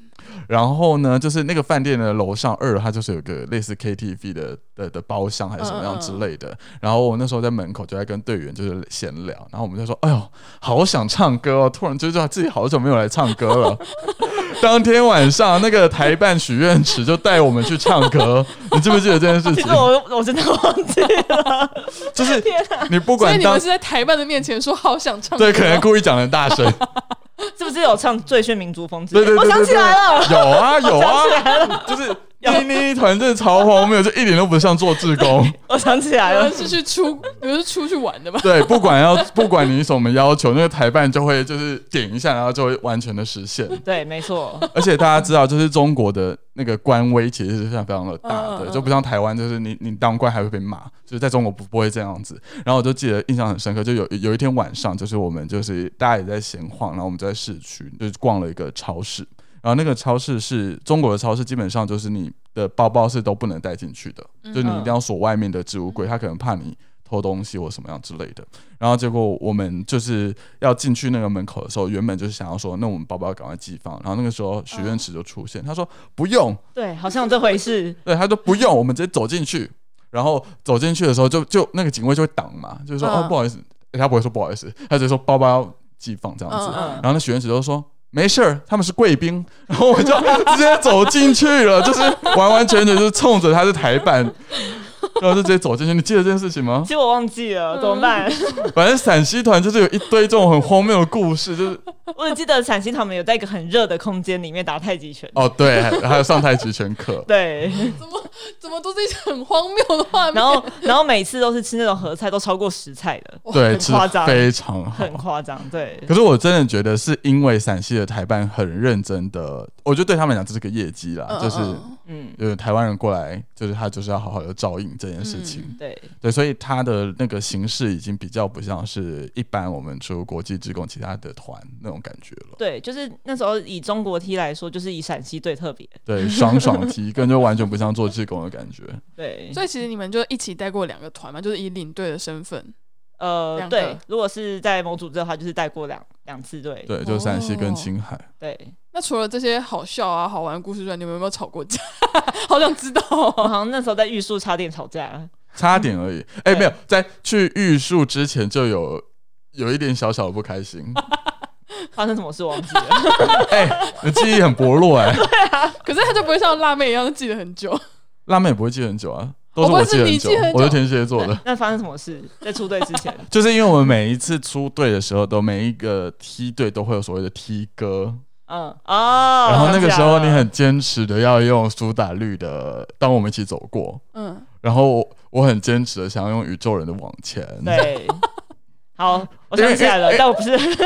Speaker 2: 然后呢，就是那个饭店的楼上二，它就是有个类似 KTV 的的的包厢还是什么样之类的。然后我那时候在门口就在跟队员就是闲聊，然后我们就说：“哎呦，好想唱歌哦！”突然就知道自己好久没有来唱歌了。 <laughs> 当天晚上，那个台办许愿池就带我们去唱歌，你记不记得这件事
Speaker 3: 其
Speaker 2: 情
Speaker 3: 实？我我真的忘记了，
Speaker 2: 就是
Speaker 3: 天哪！
Speaker 2: 你不
Speaker 1: 啊所以
Speaker 2: 管
Speaker 1: 你
Speaker 2: 当
Speaker 1: 们是在台办的面前说好想唱歌，
Speaker 2: 对，可能故意讲的大
Speaker 1: <laughs>
Speaker 2: 声，
Speaker 3: 是不是有唱《醉醺民族风之
Speaker 2: 对
Speaker 3: 类的》？
Speaker 2: 对对对对，
Speaker 3: 我想起来了，
Speaker 2: 有啊有啊，就是妮妮团队超荒谬，就一点都不像做志工。
Speaker 3: 我想起来
Speaker 1: 你
Speaker 2: 哎
Speaker 3: 了
Speaker 1: 们，是去出，你们是出去玩的
Speaker 2: <laughs>
Speaker 1: 吧？
Speaker 2: 对，不管要不管你什么要求，那个台办就会就是点一下，然后就会完全的实现。
Speaker 3: 对，没错，
Speaker 2: 而且大家知道，就是中国的那个官威其实是非常非常的大
Speaker 1: 嗯嗯嗯
Speaker 2: 的，就不像台湾，就是你你当官还会被骂，就是在中国不不会这样子。然后我就记得印象很深刻，就有有一天晚上，就是我们就是大家也在闲晃，然后我们就在市区就是逛了一个超市，然后那个超市是中国的超市，基本上就是你的包包是都不能带进去的，
Speaker 1: 嗯
Speaker 2: 就你一定要锁外面的置物柜，他可能怕你。偷东西或什么样之类的，然后结果我们就是要进去那个门口的时候，原本就是想要说，那我们包包赶快寄放。然后那个时候许愿池就出现，他说不用，
Speaker 3: 对，好像有这回事，
Speaker 2: 对，他说不用，我们直接走进去。然后走进去的时候就，就那个警卫就会挡嘛，就是说、
Speaker 1: 嗯
Speaker 2: 哦不好意思、诶他不会说不好意思，他只是说包包要寄放这样子。
Speaker 1: 嗯
Speaker 3: 嗯
Speaker 2: 然，后那许愿池就说。没事儿，他们是贵宾，然后我就直接走进去了，就是完完全全就是冲着他是台版，然后就直接走进去。你记得这件事情吗
Speaker 3: <laughs> 其？实我忘记了，怎么办？
Speaker 1: 嗯
Speaker 2: 反正陕西团就是有一堆这种很荒谬的故事，就是
Speaker 3: <laughs> 我只记得陕西他们有在一个很热的空间里面打太极拳。，
Speaker 2: 哦对，还有上太极拳课
Speaker 3: 对，
Speaker 2: 嗯
Speaker 1: 怎么怎么都是一些很荒谬的画面。
Speaker 3: 然后然后每次都是吃那种合菜，都超过十菜的，
Speaker 2: 对，
Speaker 3: 很
Speaker 2: 吃
Speaker 3: 夸张
Speaker 2: 非常好
Speaker 3: 很。夸张。对，
Speaker 2: <laughs> 可是我真的觉得是因为陕西的台办很认真的，我觉得对他们来讲这是个业绩啦，
Speaker 1: 嗯
Speaker 2: 就是
Speaker 1: 嗯
Speaker 3: 嗯，
Speaker 2: 就是台湾人过来，就是他就是要好好的照应这件事情。
Speaker 1: 嗯
Speaker 3: 对，
Speaker 2: 对，所以它的那个形式已经比较不像是一般我们出国际职工其他的团那种感觉了。
Speaker 3: 对，就是那时候以中国踢来说，就是以陕西最特别。
Speaker 2: 对，爽爽踢，根本就完全不像做志工的感觉。
Speaker 3: 对，
Speaker 1: 所以其实你们就一起带过两个团嘛，就是以领队的身份。
Speaker 3: 呃，
Speaker 1: 两个
Speaker 3: 对，如果是在某组织的话，就是带过两两次队。
Speaker 2: 对，就陕西跟青海。
Speaker 3: 对，
Speaker 1: 那除了这些好笑啊、好玩的故事之外，你们有没有吵过架？ <laughs> 好想知道、
Speaker 3: 我
Speaker 1: 哦。
Speaker 3: 好像那时候在玉树差点吵架。 <laughs>
Speaker 2: 差点而已。哎、
Speaker 3: 对
Speaker 2: 没有，在去玉树之前就有有一点小小的不
Speaker 1: <laughs>
Speaker 2: 开心。
Speaker 3: 发生什么事我忘记了。 <laughs>
Speaker 2: 哎、你记忆很薄弱哎、
Speaker 1: 可是他就不会像辣妹一样记得很久。
Speaker 2: 辣妹也不会记很久啊，都
Speaker 1: 哦
Speaker 2: 我
Speaker 1: 不是
Speaker 2: 记
Speaker 1: 你
Speaker 2: 很久，
Speaker 1: 记很久
Speaker 2: 我是天蝎座的。
Speaker 3: 那发生什么事？在出队之
Speaker 1: <laughs>
Speaker 3: 前，
Speaker 2: 就是因为我们每一次出队的时候，都每一个梯队都会有所谓的梯歌，
Speaker 3: 嗯，哦，
Speaker 2: 然后那
Speaker 3: 我想起
Speaker 2: 个
Speaker 3: 来
Speaker 2: 时候你
Speaker 3: 了
Speaker 2: 很坚持的要用苏打绿的《当我们一起走过》，
Speaker 1: 嗯，
Speaker 2: 然后我我很坚持的想要用宇宙人的往前，
Speaker 1: <laughs>
Speaker 3: 对。好，我想起来
Speaker 2: 因
Speaker 3: 了
Speaker 2: 为，
Speaker 3: 但我不是，
Speaker 2: <laughs> 因为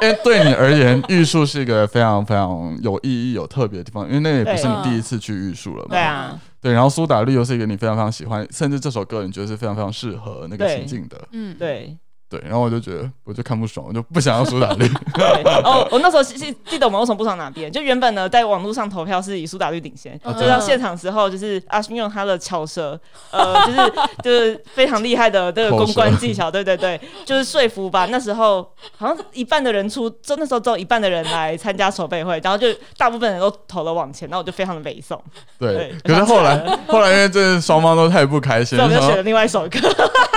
Speaker 2: 哎对你而言，玉树是一个非常非常有意义、有特别的地方，因为那也不是你
Speaker 1: 对
Speaker 2: 第一次去玉树了嘛。
Speaker 3: <laughs> 啊对啊，
Speaker 2: 对然后苏打绿又是一个你非常非常喜欢，甚至这首歌你觉得是非常非常适合那个
Speaker 3: 对
Speaker 2: 情境的。
Speaker 1: 嗯，
Speaker 3: 对
Speaker 2: 对，然后我就觉得我就看不爽，我就不想要苏打
Speaker 3: <laughs>
Speaker 2: 绿。
Speaker 3: 对。
Speaker 2: <laughs>
Speaker 3: 哦，我那时候记记得我们为什么不爽哪边？就原本呢，在网络上投票是以苏打绿领先，
Speaker 2: 哦
Speaker 1: 嗯，
Speaker 2: 啊
Speaker 3: 就到现场之后，就是阿勋用他的巧舌，呃， <laughs> 就是就是非常厉害的这个
Speaker 2: 口舌
Speaker 3: 公关技巧，对对对，就是说服吧。那时候好像一半的人出，就那时候只有一半的人来参加筹备会，然后就大部分人都投了往前，那我就非常的北宋，
Speaker 2: 对，
Speaker 3: 对
Speaker 2: 可是后来
Speaker 3: 我想
Speaker 2: 后来因为真的双方都太不开心，
Speaker 3: 所以
Speaker 2: 就
Speaker 3: 我就
Speaker 2: 想
Speaker 3: 选
Speaker 2: 到
Speaker 3: 了另外一首歌。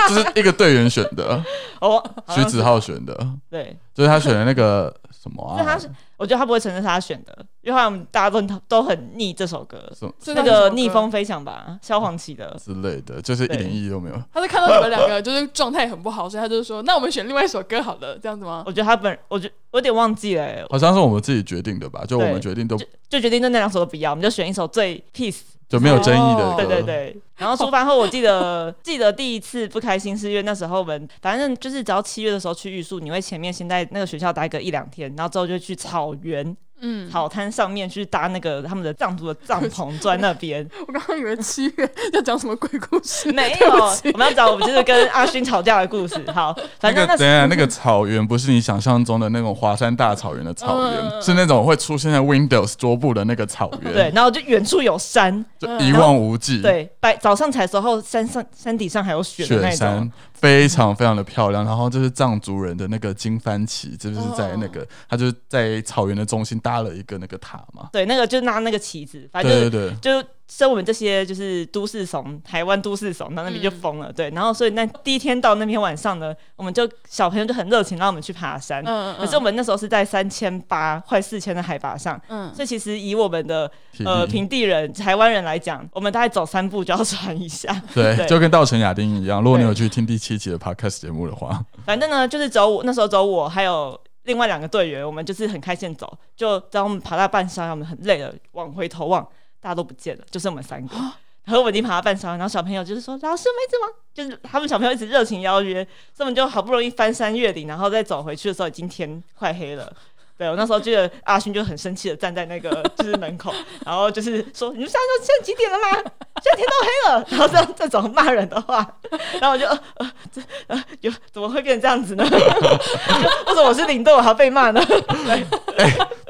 Speaker 2: 就是一个队员选
Speaker 3: <laughs>
Speaker 2: 的，
Speaker 3: 哦，好
Speaker 2: 徐
Speaker 3: 像
Speaker 2: 子浩选的，
Speaker 3: 对，
Speaker 2: 就是他选的那个什么啊？
Speaker 3: <laughs> 是他是，我觉得他不会承认是他选的，因为他们大家都很都很腻这首歌，
Speaker 2: 什么
Speaker 1: 所以
Speaker 3: 那
Speaker 1: 他是什么
Speaker 3: 个
Speaker 1: 歌
Speaker 3: 逆风，飞翔吧，萧煌奇的。
Speaker 2: 之类的，就是一
Speaker 3: 对
Speaker 2: 点意义都没有。
Speaker 1: 他是看到你们两个就是状态很不好，所以他就说：“那我们选另外一首歌好了，这样子吗
Speaker 3: 我觉得他本，我觉我有点忘记了、欸，
Speaker 2: 好像是我们自己决定的吧？就我
Speaker 3: 对
Speaker 2: 们决定都
Speaker 3: 就决定就那两首都不要，我们就选一首最 peace。
Speaker 2: 就没有争议的
Speaker 1: 哦
Speaker 2: 歌。
Speaker 3: 对对对。然后出发后，我记得记得第一次不开心是因为那时候我们反正就是只要七月的时候去玉树，你会前面先在那个学校待个一两天，然后之后就去草原？”
Speaker 1: 嗯，
Speaker 3: 草滩上面去搭那个他们的藏族的帐篷，住在那
Speaker 1: <laughs>
Speaker 3: 边。
Speaker 1: 我刚刚以为七月要讲什么鬼故 <laughs> 事，
Speaker 3: 没
Speaker 1: 对
Speaker 3: 有，
Speaker 1: 不起
Speaker 3: 我们要找我们就是跟阿勋吵架的故事。好，
Speaker 2: 那
Speaker 3: 反
Speaker 2: 个
Speaker 3: 正那
Speaker 2: 等一
Speaker 3: 嗯时
Speaker 2: 下，那个草原不是你想象中的那种华山大草原的草原，
Speaker 1: 嗯
Speaker 2: 是那种会出现在 Windows 桌布的那个草原，
Speaker 3: 对，，然后就远处有山，
Speaker 2: 就一望无际。，
Speaker 3: 对，白早上才的时候山上山底上还有雪的
Speaker 2: 雪
Speaker 3: 那种
Speaker 2: 山。非常非常的漂亮。然后就是藏族人的那个金番旗，就是在那
Speaker 3: 嗯
Speaker 2: 个，他就是在草原的中心搭了一个那个塔嘛。
Speaker 3: 对，那个就拿那个旗子，反正就是
Speaker 2: 对对对，
Speaker 3: 就像我们这些就是都市怂，台湾都市怂，然后那边
Speaker 1: 嗯
Speaker 3: 就疯了，对。然后所以那第一天到那天晚上呢，我们就小朋友就很热情，让我们去爬山。
Speaker 1: 嗯嗯
Speaker 3: 可是我们那时候是在三千八快四千的海拔上，
Speaker 1: 嗯，
Speaker 3: 所以其实以我们的
Speaker 2: 体
Speaker 3: 呃
Speaker 2: 力
Speaker 3: 平地人、台湾人来讲，我们大概走三步就要 <laughs> 喘一下。
Speaker 2: 对，
Speaker 3: 对
Speaker 2: 就跟稻城亚丁一样。如果你
Speaker 3: 对
Speaker 2: 有去听第七集的 podcast 节目的话，
Speaker 3: 反正呢，就是走我那时候走我还有另外两个队员，我们就是很开心地走，就当我们爬到半山腰，我们很累了，往回头望，大家都不见了，就剩我们三个。然后我们已经爬到半山腰，然后小朋友就是说：“老师，我们一直往，就是他们小朋友一直热情邀约，所以我们就好不容易翻山越岭，然后再走回去的时候，已经天快黑了。对我那时候记得阿勋就很生气的站在那个就是门口，然后就是说：“你们现在现在几点了吗？现在天都黑了。”然后这样这种骂人的话，然后我就呃呃这呃有怎么会变成这样子呢？ <laughs> 就为什么我是领队我还要被骂呢？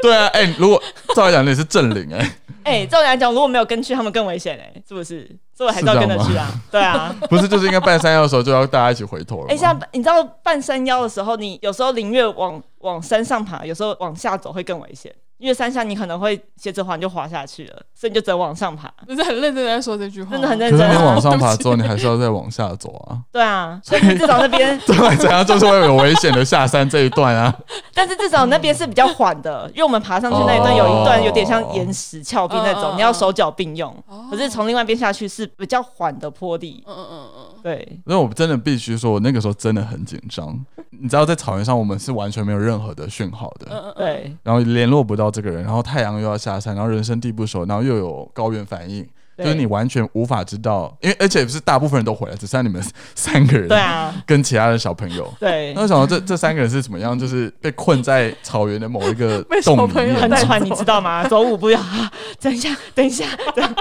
Speaker 2: 对啊，哎、如果照来讲，你是正领哎、
Speaker 3: <laughs> 哎、照理来讲，如果没有跟去，他们更危险哎、是不是？所以我还是要跟着去啊， <laughs> 对啊。
Speaker 2: 不是就是应该半山腰的时候就要大家一起回头了吗？
Speaker 3: 哎、像你知道半山腰的时候，你有时候宁愿往往山上爬，有时候往下走会更危险。因为山下你可能会鞋子滑你就滑下去了，所以你就只能往上爬，
Speaker 1: 你是很认真的在说这句话，
Speaker 3: 嗯真的很
Speaker 2: 可
Speaker 3: 认
Speaker 2: 是
Speaker 3: 真
Speaker 2: 你
Speaker 3: 啊。
Speaker 2: 往上爬之后，你还是要再往下走啊。 <laughs>
Speaker 3: 对啊，所以至少那边，
Speaker 2: 怎么怎样就是会有危险的下山这一段啊。 <laughs>
Speaker 3: 但是至少那边是比较缓
Speaker 1: <laughs>
Speaker 3: 的，因为我们爬上去那一段有一段有点像岩石峭壁那
Speaker 1: 嗯嗯嗯
Speaker 3: 种，你要手脚并用。
Speaker 1: 哦
Speaker 3: 可是从另外一边下去是比较缓的坡地，
Speaker 1: 嗯嗯嗯
Speaker 3: 对，
Speaker 2: 那我真的必须说，我那个时候真的很紧张。你知道，在草原上我们是完全没有任何的讯号
Speaker 1: 嗯
Speaker 2: 的，
Speaker 1: 嗯嗯，
Speaker 3: 对，
Speaker 2: 然后联络不到这个人，然后太阳又要下山，然后人生地不熟，然后又有高原反应，
Speaker 1: 嗯
Speaker 3: 对
Speaker 2: 就是你完全无法知道，因为而且是大部分人都回来，只剩你们三个人，
Speaker 3: 对啊，
Speaker 2: 跟其他的小朋友。
Speaker 3: 对
Speaker 2: 那，我想到这这三个人是怎么样，就是被困在草原的某一
Speaker 3: <laughs>
Speaker 2: 个
Speaker 1: 被小
Speaker 2: 洞里
Speaker 1: 朋友
Speaker 2: 面，
Speaker 3: 很
Speaker 1: 带
Speaker 3: 喘，
Speaker 1: 走
Speaker 3: 你知道
Speaker 1: <laughs>
Speaker 3: 吗？走五步要、啊，等一下，等一下， <laughs> 这样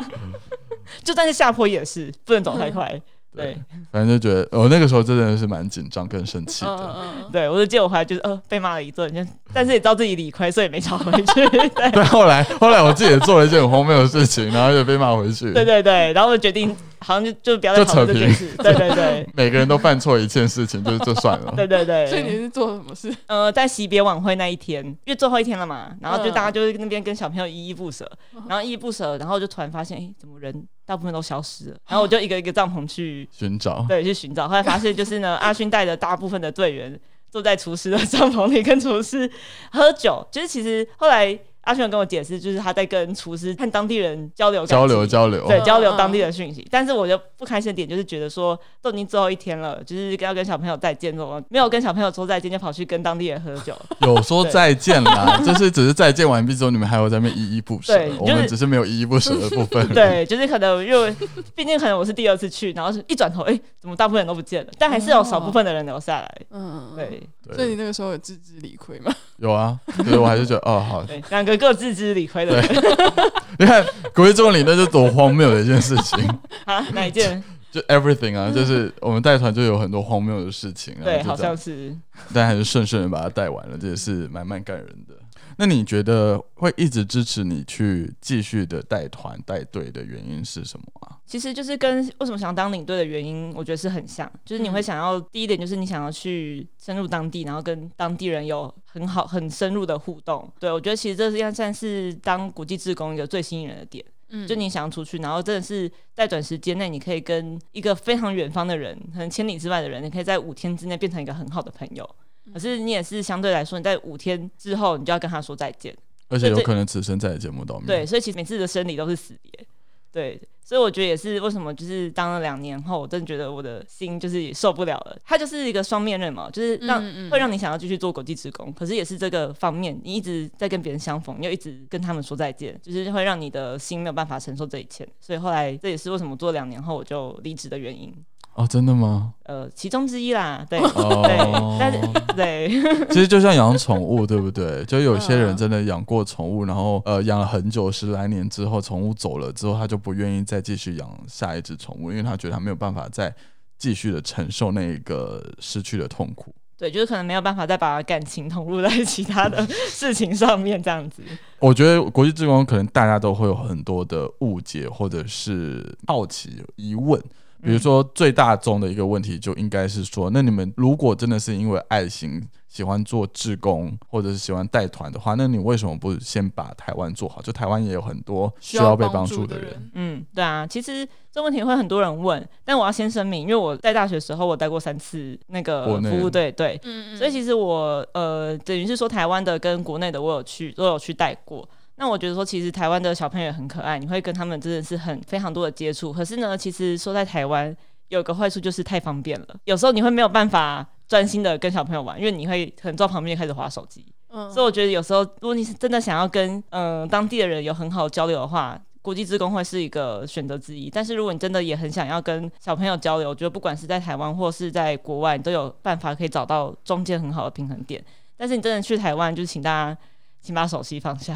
Speaker 3: 就但是下坡也是不能走太快。对
Speaker 2: 对，反正就觉得我、那个时候真的是蛮紧张跟生气
Speaker 1: 嗯
Speaker 2: 的。
Speaker 1: 嗯嗯
Speaker 3: 对，我就记得我回来就是呃被骂了一顿，就但是也知道自己理亏，所以没吵回去。 <laughs> 对
Speaker 2: <laughs> 对，后来后来我自己也做了一件很荒谬的事情，然后就被骂回去。
Speaker 3: 对对对，然后我决定好像就就不要
Speaker 2: 就
Speaker 3: 再讨论
Speaker 2: 扯
Speaker 3: 这件
Speaker 2: 平
Speaker 3: 事。对对对
Speaker 2: 每个人都犯错一件事情，就就算了。
Speaker 3: 对对对。
Speaker 1: 嗯，所以你是做什么事？
Speaker 3: 呃，在惜别晚会那一天，因为最后一天了嘛，然后就
Speaker 1: 嗯
Speaker 3: 大家就是那边跟小朋友依依不舍，然后依依不舍，然后就突然发现，哎、怎么人大部分都消失了？然后我就一个一个帐篷去，
Speaker 2: 寻找，
Speaker 3: 对，去寻找。后来发现就是呢，阿勋带着大部分的队员坐在厨师的帐篷里跟厨师喝酒，就是其实后来阿勋有跟我解释，就是他在跟厨师和当地人交流感
Speaker 2: 交流
Speaker 3: 情
Speaker 2: 交流，
Speaker 3: 对，
Speaker 1: 嗯
Speaker 3: 交流
Speaker 1: 嗯
Speaker 3: 当地的讯息。但是我就不开心的点就是觉得说，都已经最后一天了，就是要跟小朋友再见，怎么没有跟小朋友说再见，就跑去跟当地人喝
Speaker 2: <laughs>
Speaker 3: 酒？
Speaker 2: 有说再见啦，就是只是再见完毕之后，你们还有在那边依依不舍
Speaker 3: 对就，是
Speaker 2: 我们只是没有依依不舍的部分。，
Speaker 3: 对，就是可能因为毕竟可能我是第二次去，然后是一转头，哎、怎么大部分人都不见了？但还是有少部分的人留下来。
Speaker 1: 嗯，嗯，
Speaker 3: 对
Speaker 1: 嗯所以你那个时候有自知理亏吗？
Speaker 2: 有啊，所以我还是觉得哦好，
Speaker 3: 对，两个各自知理亏的 <laughs> 人
Speaker 2: 你看国际这种理论是多荒谬的一件事情， <laughs>
Speaker 3: 啊，哪一件？
Speaker 2: 就 everything 啊，就是我们带团就有很多荒谬的事情，然后
Speaker 3: 对，
Speaker 2: 就
Speaker 3: 好
Speaker 2: 这样
Speaker 3: 像是。
Speaker 2: 但还是顺顺的把它带完了，这也是蛮蛮感人的。那你觉得会一直支持你去继续的带团带队的原因是什么啊？
Speaker 3: 其实就是跟为什么想当领队的原因，我觉得是很像，就是你会想要、第一点就是你想要去深入当地，然后跟当地人有很好很深入的互动。对我觉得其实这是算是当国际志工一个最吸引人的点，
Speaker 1: 嗯，
Speaker 3: 就你想要出去，然后真的是在短时间内你可以跟一个非常远方的人，可能千里之外的人，你可以在五天之内变成一个很好的朋友。可是你也是相对来说，你在五天之后，你就要跟他说再见。
Speaker 2: 而且有
Speaker 3: 对这
Speaker 2: 可能此生再也见不到面。
Speaker 3: 对，所以其实每次的生理都是死别。对，所以我觉得也是为什么，就是当了两年后，我真的觉得我的心就是也受不了了。它就是一个双面刃嘛，就是让、
Speaker 1: 嗯嗯嗯
Speaker 3: 会让你想要继续做国际职工，可是也是这个方面，你一直在跟别人相逢，你又一直跟他们说再见，就是会让你的心没有办法承受这一切。所以后来这也是为什么做两年后我就离职的原因，
Speaker 2: 哦，真的吗？
Speaker 3: 呃，其中之一啦。对，
Speaker 2: 哦
Speaker 3: <laughs> 对，但是对， <laughs>
Speaker 2: 其实就像养宠物，对不对？就有些
Speaker 1: 嗯
Speaker 2: 人真的养过宠物，然后呃养了很久十来年之后，宠物走了之后，他就不愿意再继续养下一只宠物，因为他觉得他没有办法再继续的承受那个失去的痛苦。
Speaker 3: 对，就是可能没有办法再把感情投入在其他的事情上面这样子。
Speaker 2: 我觉得国际职工可能大家都会有很多的误解或者是好奇疑问。比如说，最大宗的一个问题就应该是说，那你们如果真的是因为爱情喜欢做志工，或者是喜欢带团的话，那你为什么不先把台湾做好？就台湾也有很多需要被帮助
Speaker 1: 的
Speaker 2: 的人，，
Speaker 3: 嗯，对啊，其实这问题会很多人问，但我要先声明，因为我在大学时候我待过三次那
Speaker 2: 国
Speaker 3: 个
Speaker 2: 内
Speaker 3: 服务队，对，
Speaker 1: 嗯嗯，
Speaker 3: 所以其实我呃等于是说台湾的跟国内的我有去都有去带过。那我觉得说，其实台湾的小朋友也很可爱，你会跟他们真的是很非常多的接触。可是呢，其实说在台湾有个坏处就是太方便了，有时候你会没有办法专心的跟小朋友玩，因为你会可能坐旁边开始划手机。
Speaker 1: 嗯
Speaker 3: 所以我觉得有时候，如果你是真的想要跟嗯、呃当地的人有很好的交流的话，国际职工会是一个选择之一。但是如果你真的也很想要跟小朋友交流，我觉得不管是在台湾或是在国外，你都有办法可以找到中间很好的平衡点。 <laughs> 但是你真的去台湾，就请大家请把手机放下。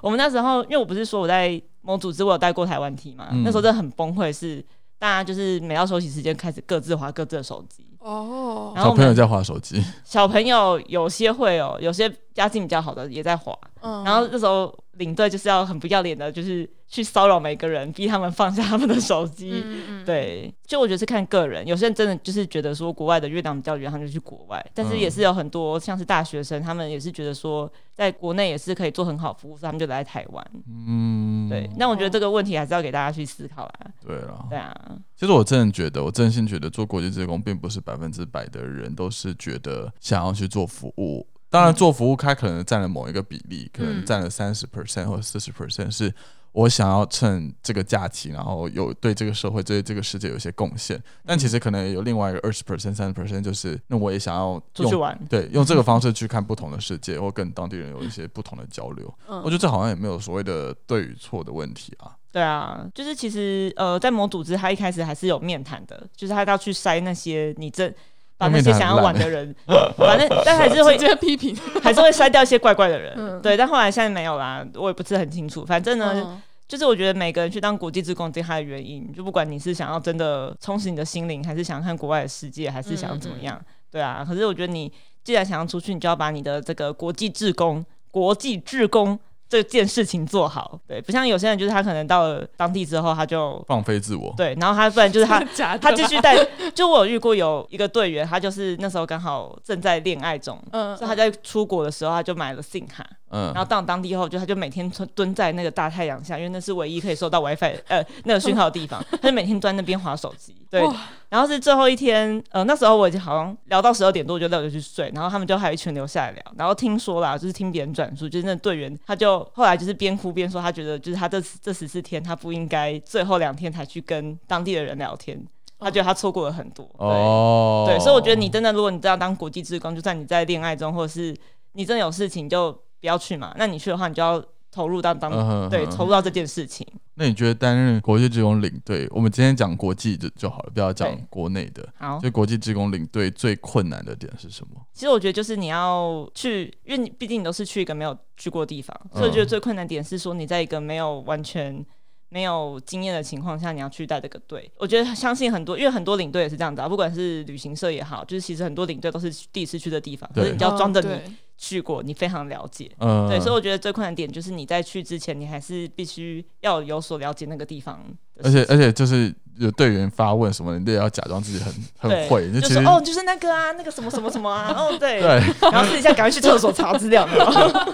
Speaker 3: 我们那时候，因为我不是说我在某组织我有带过台湾 T 嘛，
Speaker 2: 嗯
Speaker 3: 那时候真的很崩溃，是大家就是每到休息时间开始各自划各自的手机，
Speaker 1: 哦，
Speaker 3: 然
Speaker 2: 小
Speaker 3: 后我
Speaker 2: 朋友
Speaker 3: 们
Speaker 2: 在划手机，
Speaker 3: 小朋友有些会哦，有些家境比较好的也在滑，
Speaker 1: 嗯
Speaker 3: 然后那时候领队就是要很不要脸的，就是去骚扰每个人，逼他们放下他们的手机。
Speaker 1: 嗯，
Speaker 3: 对，就我觉得是看个人，有些人真的就是觉得说国外的越南比较远，他们就去国外。但
Speaker 2: 嗯
Speaker 3: 是也是有很多像是大学生，他们也是觉得说在国内也是可以做很好服务，所以他们就来台湾。
Speaker 2: 嗯，
Speaker 3: 对，那
Speaker 1: 哦
Speaker 3: 我觉得这个问题还是要给大家去思考啦。
Speaker 2: 对了
Speaker 3: 对。啊，
Speaker 2: 其实我真的觉得，我真心觉得做国际职工并不是百分之百的人都是觉得想要去做服务。当然，做服务它可能占了某一个比例，可
Speaker 3: 嗯
Speaker 2: 能占了三十 percent 或者四十 percent，是我想要趁这个假期，然后有对这个社会、对这个世界有一些贡献。但其实可能有另外一个二十 percent、三十 percent，就是那我也想要
Speaker 3: 出去
Speaker 2: 用
Speaker 3: 玩。
Speaker 2: 对用这个方式去看不同的世界，或跟当地人有一些不同的交流。
Speaker 1: 嗯
Speaker 2: 我觉得这好像也没有所谓的对与错的问题啊。
Speaker 3: 对啊，就是其实呃，在某组织他一开始还是有面谈的，就是他要去筛那些你真把那些想要玩的人， <laughs> 反正但还是会嗯
Speaker 1: 直接批评， <laughs>
Speaker 3: 还是会筛掉一些怪怪的人。
Speaker 1: 嗯
Speaker 3: 对，但后来现在没有啦，我也不是很清楚。反正呢，
Speaker 1: 嗯
Speaker 3: 就是我觉得每个人去当国际职工，这他的原因，就不管你是想要真的充实你的心灵，还是想看国外的世界，还是想要怎么
Speaker 1: 嗯
Speaker 3: 样，对啊。可是我觉得你既然想要出去，你就要把你的这个国际志工、国际志工这件事情做好，对，不像有些人就是他可能到了当地之后，他就
Speaker 2: 放飞自我，
Speaker 3: 对，然后他不然就是他 <laughs>
Speaker 1: 真的假的，
Speaker 3: 他继续带，就我有遇过有一个队员，他就是那时候刚好正在恋爱中。
Speaker 1: 嗯，
Speaker 3: 所以他在出国的时候，他就买了 SIM 卡，
Speaker 2: 嗯
Speaker 3: 然，后到当地后，就他就每天蹲蹲在那个大太阳下，因为那是唯一可以收到 WiFi 呃那个讯号的地方，他就每天蹲在那边划手机。对
Speaker 1: 哇，
Speaker 3: 然后是最后一天，呃，那时候我已经好像聊到十二点多，我就累我就去睡，然后他们就还有一群留下来聊。然后听说啦，就是听别人转述，就是那队员他就后来就是边哭边说，他觉得就是他这这十四天他不应该最后两天才去跟当地的人聊天，他觉得他错过了很多。对
Speaker 2: 哦，
Speaker 3: 对，所以我觉得你真的，如果你真的要当国际志工，就算你在恋爱中，或者是你真的有事情，就不要去嘛。那你去的话，你就要投入到当、
Speaker 2: 嗯哼嗯
Speaker 3: 对
Speaker 2: 哼
Speaker 3: 投入到这件事情。
Speaker 2: 那你觉得担任国际职工领队，我们今天讲国际就就好了，不要讲
Speaker 3: 对
Speaker 2: 国内的。
Speaker 3: 好，
Speaker 2: 就国际职工领队最困难的点是什么？
Speaker 3: 其实我觉得就是你要去，因为你毕竟你都是去一个没有去过的地方，所以我
Speaker 2: 嗯
Speaker 3: 觉得最困难点是说你在一个没有完全。没有经验的情况下，你要去带这个队，我觉得相信很多，因为很多领队也是这样子啊，不管是旅行社也好，就是其实很多领队都是第一次去的地方，可是
Speaker 2: 对
Speaker 3: 你就要装着
Speaker 1: 嗯
Speaker 3: 你
Speaker 1: 对
Speaker 3: 去过，你非常了解，
Speaker 2: 嗯，
Speaker 3: 对，所以我觉得最困难点就是你在去之前，你还是必须要有所了解那个地方的
Speaker 2: 而
Speaker 3: 事
Speaker 2: 且
Speaker 3: 情。
Speaker 2: 而且就是有队员发问什么，你也要假装自
Speaker 3: <laughs>
Speaker 2: 己很很
Speaker 3: 对
Speaker 2: 会，
Speaker 3: 就
Speaker 2: 其
Speaker 3: 说
Speaker 2: 实
Speaker 3: 哦，就是那个啊，那个什么什么什么
Speaker 2: <laughs>
Speaker 3: 啊，哦对，
Speaker 2: 对，
Speaker 3: 然后私底下赶快去厕所查
Speaker 2: <laughs>
Speaker 3: 资料，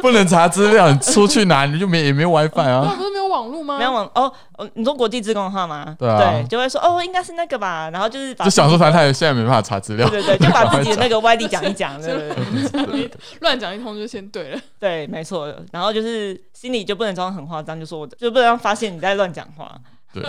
Speaker 2: 不能查资料，你出去拿你就没也没 WiFi
Speaker 1: 那
Speaker 3: <laughs>
Speaker 2: 啊。
Speaker 1: 不是没有网络吗？
Speaker 3: 没有往哦哦，你说国际职工的话吗？
Speaker 2: 对啊
Speaker 3: 就会说哦，应该是那个吧，然后就是把
Speaker 2: 就想说他他也现在没办法查资料
Speaker 3: 对，对对，就把自己的那个歪理讲一
Speaker 2: <laughs>
Speaker 3: 讲，对对对
Speaker 1: <laughs> 乱讲一通就先对了。
Speaker 3: 对，没错。然后就是心里就不能装很夸张，就说我就不能让发现你在乱讲话。
Speaker 2: 对，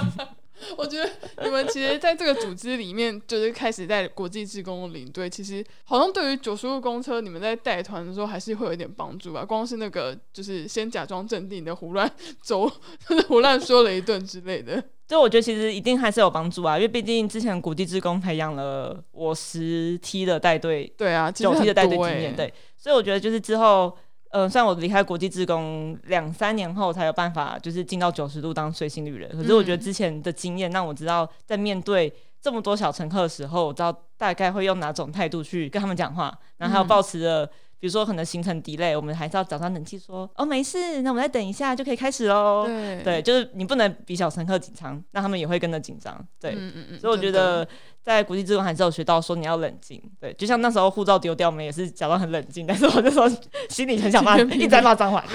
Speaker 1: 我觉得你们其实在这个组织里面，就是开始在国际职工领队，其实好像对于九十路公车，你们在带团的时候还是会有一点帮助吧。光是那个就是先假装镇定的胡乱 <laughs> 走，就是胡乱说了一顿之类的。
Speaker 3: 对，我觉得其实一定还是有帮助啊，因为毕竟之前国际职工培养了我十梯的带队、
Speaker 1: 对啊，其实
Speaker 3: 九梯的
Speaker 1: 很
Speaker 3: 带队
Speaker 1: 多
Speaker 3: 经
Speaker 1: 欸
Speaker 3: 验，，对，所以我觉得就是之后，嗯、虽然我离开国际职工两三年后才有办法，就是进到九十度当随行旅人，可是我
Speaker 1: 嗯
Speaker 3: 觉得之前的经验让我知道，在面对这么多小乘客的时候，我知道大概会用哪种态度去跟他们讲话，然后还有
Speaker 1: 嗯
Speaker 3: 保持着。比如说，可能行程 delay，我们还是要找到冷气说，哦，没事，那我们再等一下就可以开始喽。
Speaker 1: 对
Speaker 3: 对，，就是你不能比小乘客紧张，那他们也会跟着紧张。对，
Speaker 1: 嗯嗯嗯，
Speaker 3: 所以我觉
Speaker 1: 真的
Speaker 3: 得在国际职工还是有学到说你要冷静。对，就像那时候护照丢掉，我们也是假装很冷静，但是我那时候心里很想骂，
Speaker 1: 这边
Speaker 3: 一直在
Speaker 1: <laughs>
Speaker 3: 骂脏话。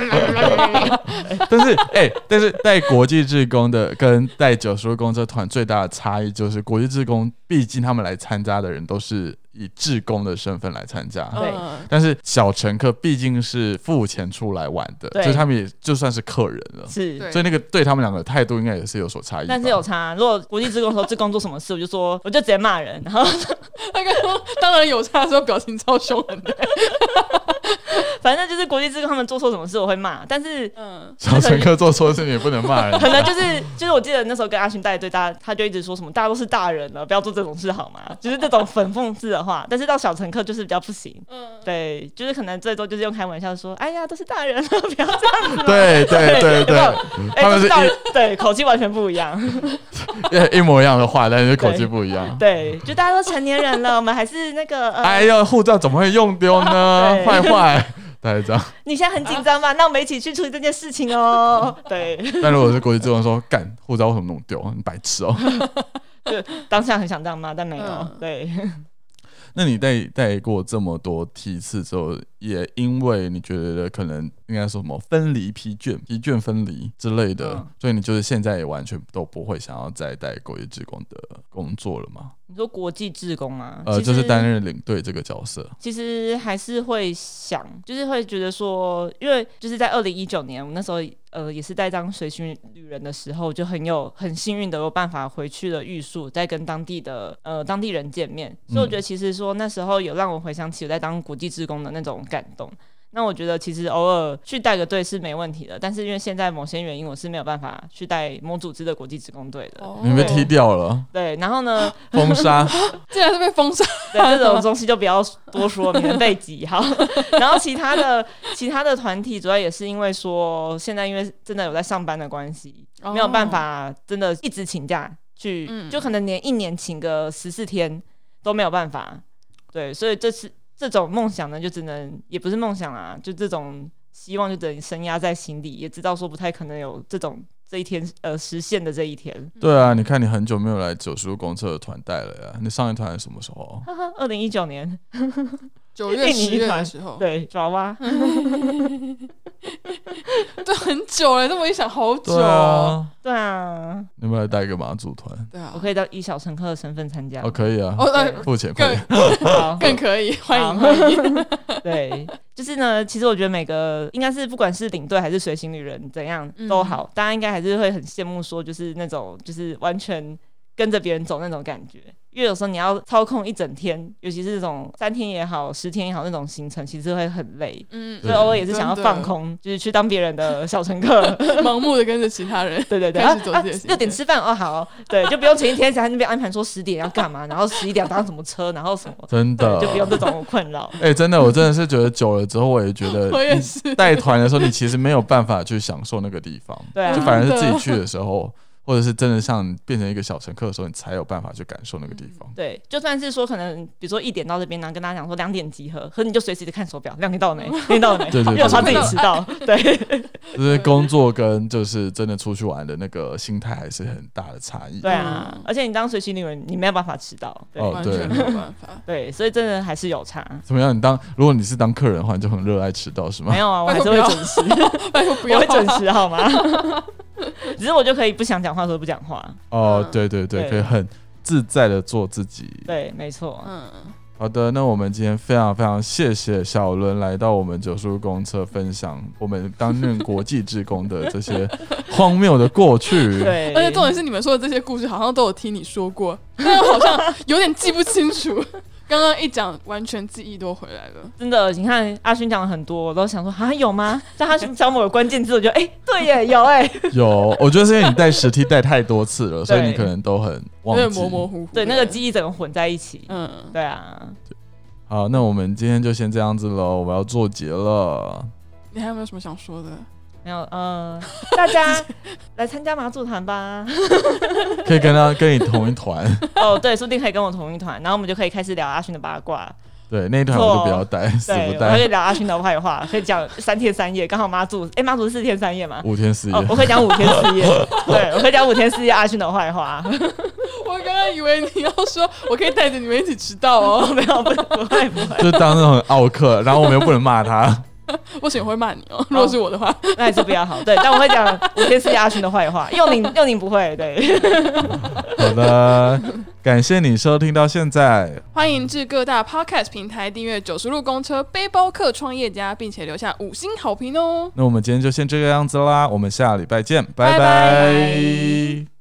Speaker 2: <laughs> 但是哎、但是带国际志工的跟带九十路公车团最大的差异就是，国际志工毕竟他们来参加的人都是以志工的身份来参加，
Speaker 3: 对
Speaker 1: 嗯
Speaker 2: 但是小乘客毕竟是付钱出来玩的，
Speaker 3: 对
Speaker 2: 就是他们也就算是客人了，
Speaker 3: 是，
Speaker 1: 对
Speaker 2: 所以那个对他们两个的态度应该也是有所差异吧。
Speaker 3: 但是有差。如果国际职工说志工做什么事，我就说我就直接骂人，然后
Speaker 1: 他刚刚当然有差的时候表情超凶狠的，
Speaker 3: 反正就是国际职工他们做错什么事我会骂，但是
Speaker 1: 嗯，
Speaker 2: 小乘客做错事你也不能骂人，
Speaker 3: 可能 <laughs> 就是就是我记得那时候跟阿勋带队，大家他就一直说什么大家都是大人了，不要做这种事好
Speaker 1: <laughs>
Speaker 3: 吗？就是这种讽讽刺的话，但是到小乘客就是比较不行。
Speaker 1: 嗯
Speaker 3: 对，就是可能最多就是用开玩笑说，哎呀，都是大人了，不要
Speaker 1: <laughs>
Speaker 3: 这样子嘛。
Speaker 2: 对对对对，
Speaker 3: 哎，
Speaker 2: 他们
Speaker 3: 都
Speaker 2: 是
Speaker 3: 是大人，对，口气完全不一样。
Speaker 2: 一一模一样的话，但是口气不一样。
Speaker 3: 对，就
Speaker 1: <laughs> 哎
Speaker 3: 大家都成年人了，我们还是那个呃，
Speaker 2: 哎呦，护照怎么会用丢呢？
Speaker 3: 对
Speaker 2: 坏坏，大概这样。
Speaker 3: 你现在很紧张吗？那我们一起去处理这件事情
Speaker 1: <laughs>
Speaker 3: 哦。对，
Speaker 2: <laughs> 但如果是国际志工说干护照为什么弄丢，你白痴哦、 <laughs>
Speaker 3: 当下很想这样骂，但没有。
Speaker 1: 嗯
Speaker 3: 对，
Speaker 2: 那你带带过这么多梯次之后，也因为你觉得可能应该说什么分离疲倦、疲倦分离之类的，
Speaker 3: 嗯
Speaker 2: 所以你就是现在也完全都不会想要再带国际职工的工作了吗？
Speaker 3: 你说国际志工吗？
Speaker 2: 呃，
Speaker 3: 嗯其
Speaker 2: 就
Speaker 3: 实
Speaker 2: 是担任领队这个角色。
Speaker 3: 其实还是会想，就是会觉得说，因为就是在二零一九年，我那时候呃也是在当随行旅人的时候，就很有很幸运的有办法回去了玉树，再跟当地的呃当地人见面，所以我觉得其实说那时候有让我回想起我在当国际志工的那种感动。那我觉得其实偶尔去带个队是没问题的，但是因为现在某些原因，我是没有办法去带某组织的国际职工队的。
Speaker 1: 哦
Speaker 2: 你被踢掉了，
Speaker 3: 嗯对，然后呢，
Speaker 2: 封
Speaker 3: <laughs>
Speaker 2: 杀。
Speaker 1: 竟然是被封杀，
Speaker 3: 对这种东西就不要多说，免得被挤哈。 <laughs> 然后其他的其他的团体，主要也是因为说现在因为真的有在上班的关系，
Speaker 1: 哦
Speaker 3: 没有办法真的一直请假去，
Speaker 1: 嗯
Speaker 3: 就可能连一年请个十四天都没有办法。对，所以这次这种梦想呢，就只能也不是梦想啦，就这种希望就只能深压在心底，也知道说不太可能有这种这一天呃实现的这一天。 <laughs>
Speaker 2: 对啊，你看你很久没有来九十度公厕的团带了呀，你上一团是什么时候？
Speaker 3: 哈哈，二零一九年，
Speaker 1: 九月、
Speaker 3: 印尼
Speaker 1: 十月的
Speaker 3: 团
Speaker 1: 时候，
Speaker 3: 对爪哇。 <laughs>
Speaker 1: 对，很久欸了。这么一想，好久
Speaker 2: 对
Speaker 1: 哦。
Speaker 2: 啊，
Speaker 3: 对啊，
Speaker 2: 你们来带一个马祖团，
Speaker 1: 对啊
Speaker 3: 我，可以当以小乘客的身份参加。
Speaker 2: 哦，可以啊
Speaker 1: 哦，，呃，
Speaker 2: 付钱快
Speaker 1: 更
Speaker 2: 点。
Speaker 3: 好，
Speaker 1: <laughs> 更可以，欢
Speaker 3: 好
Speaker 1: 迎欢
Speaker 3: <laughs>
Speaker 1: 迎。
Speaker 3: 对，就是呢，其实我觉得每个应该是不管是领队还是随行旅人怎样
Speaker 1: 嗯
Speaker 3: 都好，大家应该还是会很羡慕说，就是那种就是完全跟着别人走那种感觉。因为有时候你要操控一整天，尤其是这种三天也好、十天也好那种行程，其实会很累。
Speaker 1: 嗯
Speaker 3: 所以偶尔也是想要
Speaker 1: 真的
Speaker 3: 放空，就是去当别人的小
Speaker 1: <laughs>
Speaker 3: 乘客。
Speaker 1: 盲目的跟着其他人。
Speaker 3: 对对对，
Speaker 1: 开始走
Speaker 3: 啊
Speaker 1: 自己的行程
Speaker 3: 六点吃饭哦，好，对，就不用前一天在那边安排说十点要干
Speaker 1: <laughs>
Speaker 3: 嘛，然后十一点要搭什么车，然后什么，
Speaker 2: 真的
Speaker 3: 对，就不用这种困扰。
Speaker 2: 哎、真的，我真的是觉得久了之后，我也觉得
Speaker 1: 我也
Speaker 2: 你
Speaker 1: 是
Speaker 2: 带团的时候，你其实没有办法去享受那个地方，
Speaker 3: 对啊
Speaker 2: 就反而是自
Speaker 1: 真的
Speaker 2: 己去的时候，或者是真的像你变成一个小乘客的时候，你才有办法去感受那个地方。
Speaker 3: 对，就算是说可能，比如说一点到这边，然后跟大家讲说两点集合，可是你就随时看手表，两点到了
Speaker 1: <laughs>
Speaker 3: 没？两点到了没？
Speaker 2: 对对对
Speaker 3: 因为我怕自己迟到。对，
Speaker 2: 就是工作跟就是真的出去玩的那个心态还是很大的差异。
Speaker 3: 对
Speaker 1: 嗯
Speaker 3: 啊，而且你当随行旅人，你没有办法迟到。对、
Speaker 2: 哦
Speaker 1: 完
Speaker 2: 对
Speaker 1: 全没有办法。
Speaker 3: 对，所以真的还是有差。
Speaker 2: 怎么样？你当如果你是当客人的话，你就很热爱迟到是吗
Speaker 3: 没？有啊，我还
Speaker 1: 拜
Speaker 3: 是
Speaker 1: 托
Speaker 3: 会
Speaker 1: 不要
Speaker 3: 准时，
Speaker 1: 拜托 <laughs> 不
Speaker 3: 我
Speaker 1: 要
Speaker 3: 会准时好吗？
Speaker 1: <laughs>
Speaker 3: 只是我就可以不想讲话的时候不讲话。
Speaker 2: 哦
Speaker 1: 嗯，
Speaker 2: 对对对，
Speaker 3: 对
Speaker 2: 可以很自在的做自己。
Speaker 3: 对，没错。
Speaker 1: 嗯，
Speaker 2: 好的，那我们今天非常非常谢谢小伦来到我们九叔公车分享我们担任国际志工的
Speaker 1: <laughs>
Speaker 2: 这些荒谬的过去。
Speaker 3: 对，
Speaker 1: 而且重点是你们说的这些故事，好像都有听你说过，但我好像有点记不清楚。刚刚一讲，完全记忆都回来了。
Speaker 3: 真的，你看阿勋讲了很多，我都想说啊有 <laughs> 吗？但他讲某个关键字，我就哎、对耶，有哎、
Speaker 2: 有，我觉得是因为你带实体带太多次了，所以
Speaker 3: 对
Speaker 2: 你可能都很
Speaker 1: 有
Speaker 2: 忘
Speaker 1: 点
Speaker 2: 记。
Speaker 1: 模模糊糊的。
Speaker 3: <laughs> 对，那个记忆整个混在一起。
Speaker 1: 嗯，
Speaker 3: 对啊，
Speaker 2: 好，那我们今天就先这样子喽，我要做结了。
Speaker 1: 你还有没有什么想说的？ <laughs>
Speaker 3: 没有，呃， <laughs> 大家来参加马祖团吧。
Speaker 2: 可以跟他跟你同
Speaker 1: <laughs>
Speaker 2: 一团，
Speaker 3: <laughs> 哦，对，说不定可以跟我同一团，然后我们就可以开始聊阿勋的八卦。
Speaker 2: 对那一团我就不要带，死
Speaker 3: 对，
Speaker 2: 不
Speaker 3: 我可
Speaker 2: 带
Speaker 3: 以，聊阿勋的坏话，可以讲三天三夜。刚好马祖，哎，马祖是四天三夜嘛？
Speaker 2: 五天四
Speaker 1: <laughs>
Speaker 2: 夜。
Speaker 3: 哦，我可以讲五天四夜。 <laughs> 对，我可以讲五天四夜阿勋的坏话。 <laughs>
Speaker 1: 我刚刚以为你要说，我可以带着你们一起迟到哦。
Speaker 3: 没有，不不会不会，
Speaker 2: 就当那种很傲客，然后我们又不能骂他，
Speaker 1: 我可能会骂你哦。如果是我的话，
Speaker 3: 那还是不要好。对，但我会讲五天四夜阿勋的坏话。用宁用宁不会，对，
Speaker 2: 好的，感谢你收听到现在，
Speaker 1: 欢迎至各大 podcast 平台订阅《九十路公车背包客创业家》，并且留下五星好评哦。
Speaker 2: 那我们今天就先这个样子啦，我们下礼拜见，拜
Speaker 1: 拜
Speaker 2: 拜。
Speaker 1: 拜